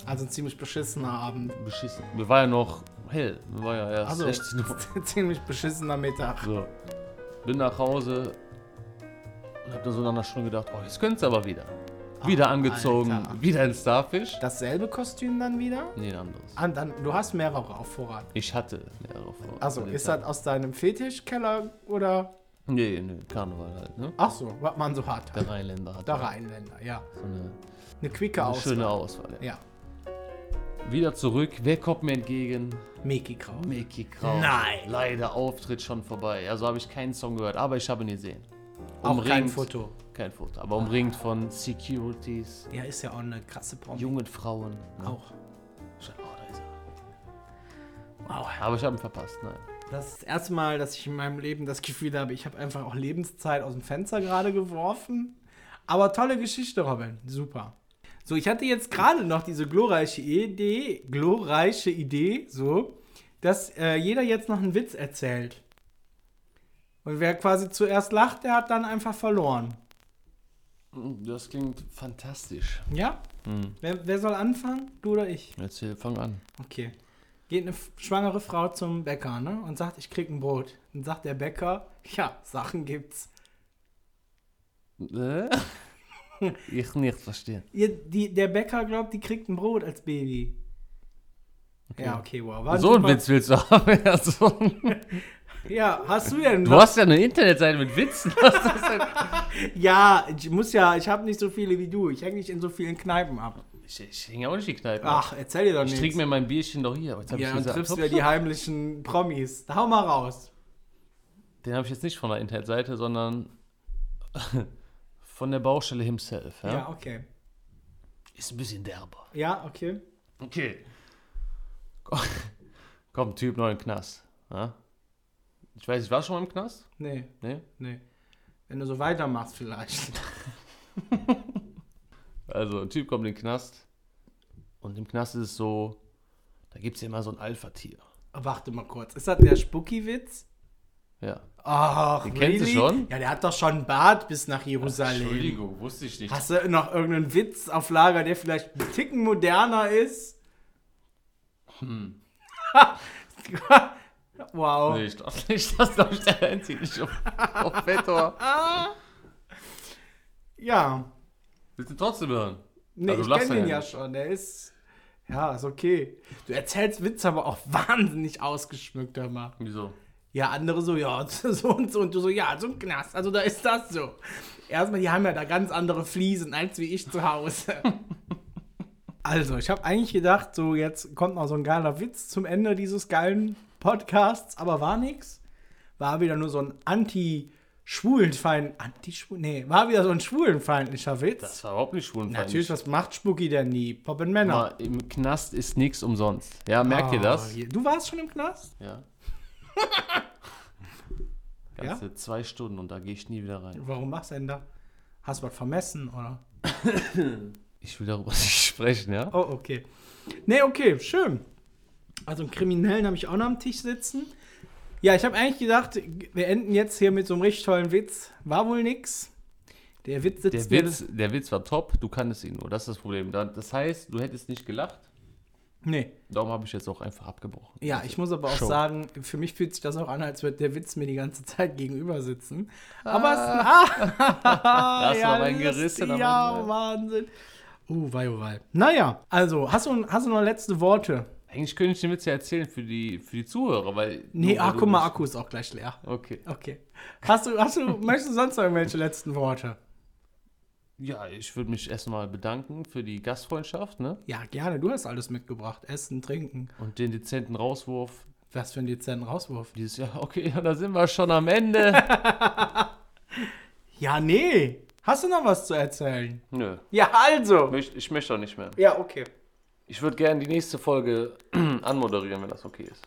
S1: Also ein ziemlich beschissener Abend.
S2: Beschissen. Mir war ja noch hell, mir war ja erst
S1: Also
S2: 16 Uhr.
S1: ziemlich beschissener Mittag.
S2: So. Bin nach Hause und hab dann so nach einer Stunde gedacht, oh, jetzt könnt's aber wieder. Wieder angezogen,
S1: Alter.
S2: wieder in Starfish.
S1: Dasselbe Kostüm dann wieder?
S2: Nee, ein anderes.
S1: Ah, dann, du hast mehrere auf Vorrat.
S2: Ich hatte mehrere vor.
S1: Also,
S2: an dem
S1: ist
S2: Tag.
S1: das aus deinem Fetischkeller oder?
S2: Nee, nee, Karneval halt, ne?
S1: Ach so, was man so hat.
S2: Der Rheinländer hat
S1: Der
S2: halt
S1: Rheinländer, ja.
S2: so eine,
S1: Eine quicke
S2: eine schöne
S1: Auswahl.
S2: Auswahl. Ja.
S1: Ja.
S2: Wieder zurück, wer kommt mir entgegen?
S1: Mickey Kraut.
S2: Mickey Kraus.
S1: Nein.
S2: Leider Auftritt schon vorbei. Also habe ich keinen Song gehört, aber ich habe ihn gesehen.
S1: Auch kein Foto.
S2: Kein Foto, aber umringt von Securities,
S1: Ja, ist ja auch eine krasse Promi.
S2: jungen Frauen. Ne?
S1: Auch. also.
S2: Schon, oh, da ist er.
S1: Wow.
S2: Aber ich habe ihn verpasst, nein.
S1: Das ist das erste Mal, dass ich in meinem Leben das Gefühl habe, ich habe einfach auch Lebenszeit aus dem Fenster gerade geworfen. Aber tolle Geschichte, Robin. Super. So, ich hatte jetzt gerade noch diese glorreiche Idee, glorreiche Idee, so, dass äh, jeder jetzt noch einen Witz erzählt. Und wer quasi zuerst lacht, der hat dann einfach verloren.
S2: Das klingt fantastisch.
S1: Ja? Wer, wer soll anfangen? Du oder ich?
S2: Erzähl, fang an.
S1: Okay. Geht eine f- schwangere Frau zum Bäcker, ne? Und sagt, ich krieg ein Brot. Dann sagt der Bäcker, ja, Sachen gibt's.
S2: ich nicht verstehen.
S1: Ihr, die, der Bäcker glaubt, die kriegt ein Brot als Baby. Ja, okay, wow. War
S2: So einen
S1: super.
S2: Witz willst du haben? Ja, so einen-
S1: Ja, hast du denn?
S2: Du
S1: noch-
S2: hast ja eine Internetseite mit Witzen. Was ist das denn?
S1: Ja, ich muss ja, ich habe nicht so viele wie du. Ich hänge nicht in so vielen Kneipen ab.
S2: Ich, ich hänge auch nicht die Kneipe. ab.
S1: Ach, erzähl dir doch
S2: ich
S1: nichts.
S2: trinke mir mein Bierchen doch hier. Aber jetzt hab
S1: ja,
S2: ich
S1: und
S2: gesagt,
S1: triffst wieder die heimlichen Promis. Hau mal raus.
S2: Den habe ich jetzt nicht von der Internetseite, sondern von der Baustelle himself. Ja?
S1: Ja, okay.
S2: Ist ein bisschen derber.
S1: Ja, okay.
S2: Okay. Kommt, Typ neu im Knast. Ja? Ich weiß, ich war schon mal im Knast. ne?
S1: Nee,
S2: Nee?
S1: nee. Wenn du so weitermachst, vielleicht.
S2: Also, ein Typ kommt in den Knast. Und im Knast ist es so, da gibt es ja immer so ein Alpha-Tier.
S1: Warte mal kurz. Ist das der Spucki-Witz?
S2: Ja.
S1: Ach,
S2: Den kennst du schon?
S1: Ja, der hat doch schon einen Bart bis nach Jerusalem.
S2: Entschuldigung, wusste ich nicht.
S1: Hast du noch irgendeinen Witz auf Lager, der vielleicht ein Ticken moderner ist? Hm. wow.
S2: Nee, ich dachte nicht, dass das der einzige nicht auf, auf Fettor. war.
S1: Ja.
S2: Willst du trotzdem hören?
S1: Nee,
S2: Also
S1: ich
S2: lachst
S1: kenne
S2: du
S1: den
S2: ja
S1: ja
S2: nicht.
S1: schon. Der ist. Ja, ist okay. Du erzählst Witze aber auch wahnsinnig ausgeschmückt, hör mal.
S2: Wieso?
S1: Ja, andere so, ja, so und so. Und du so, ja, so ein Knast. Also da ist das so. Erstmal, die haben ja da ganz andere Fliesen als wie ich zu Hause. also, ich habe eigentlich gedacht, so jetzt kommt noch so ein geiler Witz zum Ende dieses geilen Podcasts, aber war nix. War wieder nur so ein anti-schwulenfeind. Anti-schwulen? Nee, war wieder so ein schwulenfeindlicher Witz.
S2: Das war überhaupt nicht schwulenfeindlich.
S1: Natürlich, was macht Spooky denn nie? Poppen
S2: Mal,
S1: Männer.
S2: Im Knast ist nichts umsonst. Ja, merkt ihr
S1: Ah,
S2: das?
S1: je- Du warst schon im Knast?
S2: Ja. Ganze zwei Stunden und da gehe ich nie wieder rein.
S1: Warum machst du denn da? Hast du was vermessen, oder?
S2: Ich will darüber nicht sprechen, ja?
S1: Oh, okay. Nee, okay, schön. Also einen Kriminellen habe ich auch noch am Tisch sitzen. Ja, ich habe eigentlich gedacht, wir enden jetzt hier mit so einem richtig tollen Witz. War wohl nix. Der Witz
S2: Der
S1: sitzt mir-
S2: Witz, der Witz war top, du kanntest ihn nur. Das ist das Problem. Da- Das heißt, du hättest nicht gelacht.
S1: Nee.
S2: Darum habe ich jetzt auch einfach abgebrochen.
S1: Ja, ich muss aber auch
S2: Also Show.
S1: sagen, für mich fühlt sich das auch an, als würde der Witz mir die ganze Zeit gegenüber sitzen. Aber es ah,
S2: Da hast du noch einen
S1: lustig,
S2: gerissen am
S1: Ja,
S2: Ende.
S1: Wahnsinn. Uh, wei, oh, wei. Naja, also, hast du, hast du noch letzte Worte?
S2: Eigentlich könnte ich den Witz ja erzählen für die, für die Zuhörer, weil.
S1: Nee,
S2: nur, weil
S1: ach,
S2: du
S1: guck mal, ah,
S2: nicht-
S1: Akku ist auch gleich leer.
S2: Okay.
S1: Okay. Hast du, hast du, möchtest du sonst noch irgendwelche letzten Worte?
S2: Ja, ich würde mich erstmal bedanken für die Gastfreundschaft, ne?
S1: Ja, gerne. Du hast alles mitgebracht. Essen, trinken.
S2: Und den dezenten Rauswurf.
S1: Was für einen dezenten Rauswurf.
S2: Dieses Jahr, okay, ja, da sind wir schon am Ende.
S1: Ja, nee. Hast du noch was zu erzählen?
S2: Nö,
S1: Ja, also.
S2: ich, ich möchte auch nicht mehr.
S1: Ja, okay.
S2: Ich würde gerne die nächste Folge anmoderieren, wenn das okay ist.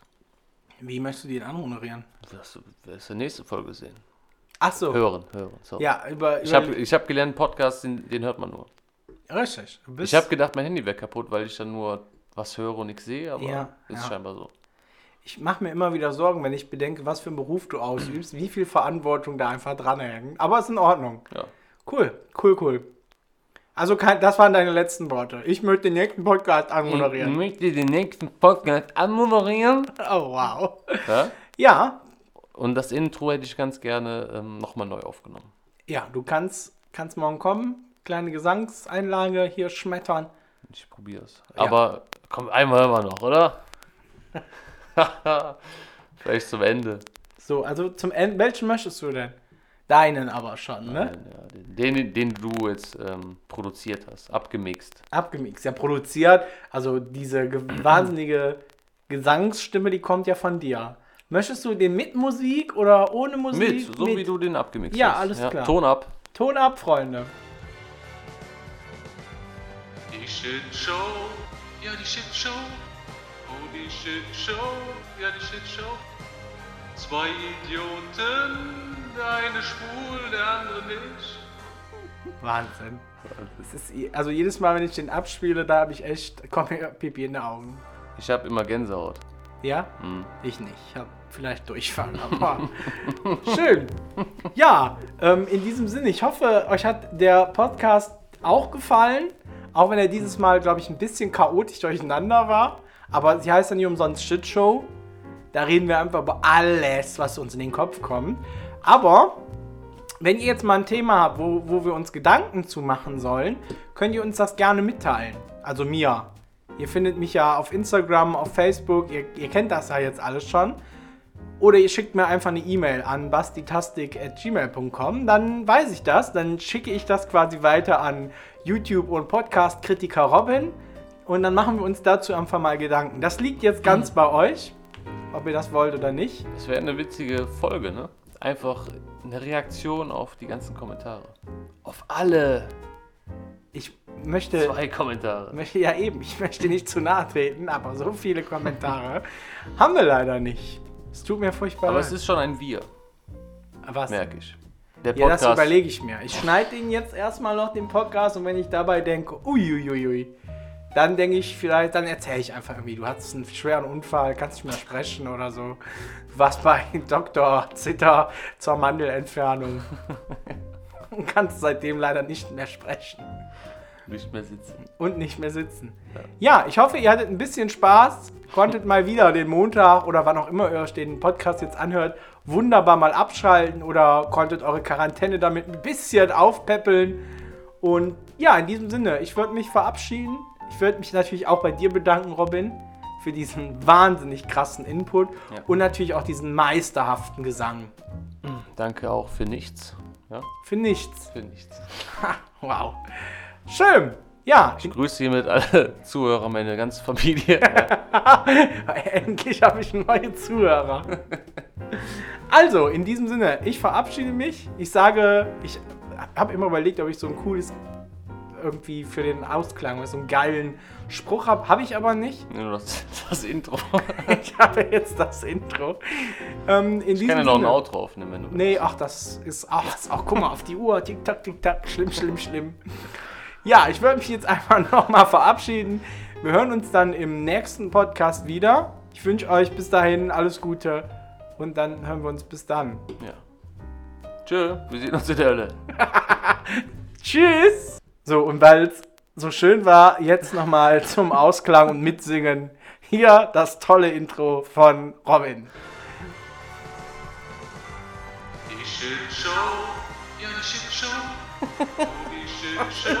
S1: Wie möchtest du den anmoderieren?
S2: Das wirst du nächste Folge sehen.
S1: Ach so.
S2: Hören, hören. Sorry.
S1: Ja, über. über
S2: Ich habe ich hab gelernt, Podcasts, den, den hört man nur.
S1: Richtig. Du bist-
S2: Ich habe gedacht, mein Handy wäre kaputt, weil ich dann nur was höre und nichts sehe, aber
S1: Ja,
S2: ist
S1: ja.
S2: scheinbar so.
S1: Ich mache mir immer wieder Sorgen, wenn ich bedenke, was für einen Beruf du ausübst, wie viel Verantwortung da einfach dranhängt. Aber ist in Ordnung.
S2: Ja.
S1: Cool, cool, cool. Also, kein, das waren deine letzten Worte. Ich möchte den nächsten Podcast
S2: Ich
S1: anmoderieren.
S2: möchte den nächsten Podcast anmoderieren.
S1: Oh, wow.
S2: Ja?
S1: Ja,
S2: Und das Intro hätte ich ganz gerne ähm, nochmal neu aufgenommen.
S1: ja, du kannst, kannst morgen kommen, kleine Gesangseinlage hier schmettern.
S2: Ich probiere es. Aber komm, einmal hören wir noch, oder? Vielleicht zum Ende.
S1: So, also zum Ende, welchen möchtest du denn? Deinen aber schon, ne?
S2: Ja, den, den, den du jetzt ähm, produziert hast, abgemixt.
S1: Abgemixt, ja, produziert. Also diese ge wahnsinnige Gesangsstimme, die kommt ja von dir. Möchtest du den mit Musik oder ohne
S2: Mit,
S1: Musik?
S2: so wie du den abgemixt
S1: Ja,
S2: hast.
S1: alles klar.
S2: Ton ab.
S1: Ton ab, Freunde.
S3: Die Shit Show, ja die Shit Show, oh die Shit Show, ja die Shit Show. Zwei Idioten, der eine schwul, der andere nicht.
S1: Wahnsinn. Es ist, i- also jedes Mal, wenn ich den abspiele, da habe ich echt, kommt mir Pipi in die Augen.
S2: Ich habe immer Gänsehaut.
S1: Ja? Ich nicht. Ich habe vielleicht Durchfall, aber schön. Ja, ähm, in diesem Sinne, ich hoffe, euch hat der Podcast auch gefallen. Auch wenn er dieses Mal, glaube ich, ein bisschen chaotisch durcheinander war. Aber sie heißt ja nicht umsonst Shitshow. Da reden wir einfach über alles, was uns in den Kopf kommt. Aber wenn ihr jetzt mal ein Thema habt, wo, wo wir uns Gedanken zu machen sollen, könnt ihr uns das gerne mitteilen. Also mir. Ihr findet mich ja auf Instagram, auf Facebook, ihr, ihr kennt das ja jetzt alles schon. Oder ihr schickt mir einfach eine E-Mail an bastitastik.gmail.com. Dann weiß ich das. Dann schicke ich das quasi weiter an YouTube und Podcast-Kritiker Robin. Und dann machen wir uns dazu einfach mal Gedanken. Das liegt jetzt
S2: Mhm.
S1: ganz bei euch, ob ihr das wollt oder nicht.
S2: Das wäre eine witzige Folge, ne? Einfach eine Reaktion auf die ganzen Kommentare. Auf alle
S1: Ich möchte.
S2: zwei Kommentare.
S1: möchte- Ja, eben. Ich möchte nicht zu nahe treten, aber so viele Kommentare haben wir leider nicht. Es tut mir furchtbar
S2: Aber
S1: leid.
S2: es ist schon ein Wir,
S1: Was?
S2: merke ich. Der
S1: Ja, das
S2: Podcast.
S1: überlege ich mir. Ich schneide ihn jetzt erstmal noch den Podcast und wenn ich dabei denke, uiuiui, dann denke ich vielleicht, dann erzähle ich einfach irgendwie, du hattest einen schweren Unfall, kannst nicht mehr sprechen oder so. Du warst bei Dr. Zitter zur Mandelentfernung und kannst seitdem leider nicht mehr sprechen
S2: nicht mehr sitzen.
S1: und nicht mehr sitzen. Ja, ich hoffe, ihr hattet ein bisschen Spaß, konntet mal wieder den Montag oder wann auch immer ihr euch den Podcast jetzt anhört, wunderbar mal abschalten oder konntet eure Quarantäne damit ein bisschen aufpäppeln. Und ja, in diesem Sinne, ich würde mich verabschieden. Ich würde mich natürlich auch bei dir bedanken, Robin, für diesen wahnsinnig krassen Input
S2: Ja.
S1: und natürlich auch diesen meisterhaften Gesang.
S2: Danke auch für nichts. Ja,
S1: Für nichts.
S2: für nichts.
S1: Wow. Schön. Ja,
S2: Ich grüße hiermit alle Zuhörer, meine ganze Familie.
S1: Endlich habe ich neue Zuhörer. Also, in diesem Sinne, ich verabschiede mich. Ich sage, ich habe immer überlegt, ob ich so ein cooles irgendwie für den Ausklang, so einen geilen Spruch habe. Habe ich aber nicht.
S2: Nur das, das Intro.
S1: Ich habe jetzt das Intro. Ähm, in
S2: Ich
S1: diesem
S2: kann ja noch ein
S1: Sinne-
S2: Outro aufnehmen, wenn du
S1: Nee, ach, das ist auch, das ist auch guck mal auf die Uhr, tick tack, tick tack, schlimm, schlimm, schlimm. Ja, ich würde mich jetzt einfach nochmal verabschieden. Wir hören uns dann im nächsten Podcast wieder. Ich wünsche euch bis dahin alles Gute und dann hören wir uns bis dann.
S2: Ja. Tschö, wir sehen uns in der Hölle.
S1: Tschüss! So, und weil es so schön war, jetzt nochmal zum Ausklang und Mitsingen. Hier das tolle Intro von Robin.
S3: Die Shit Show, ja die Shit Show. Oh, die Shit Show,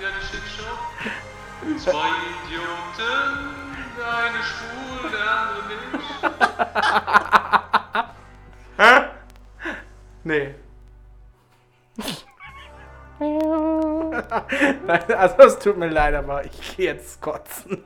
S3: ja die Shit Show. Zwei Idioten, der eine schwul, der andere nicht.
S1: Nee. Nein, also es tut mir leid, aber ich gehe jetzt kotzen.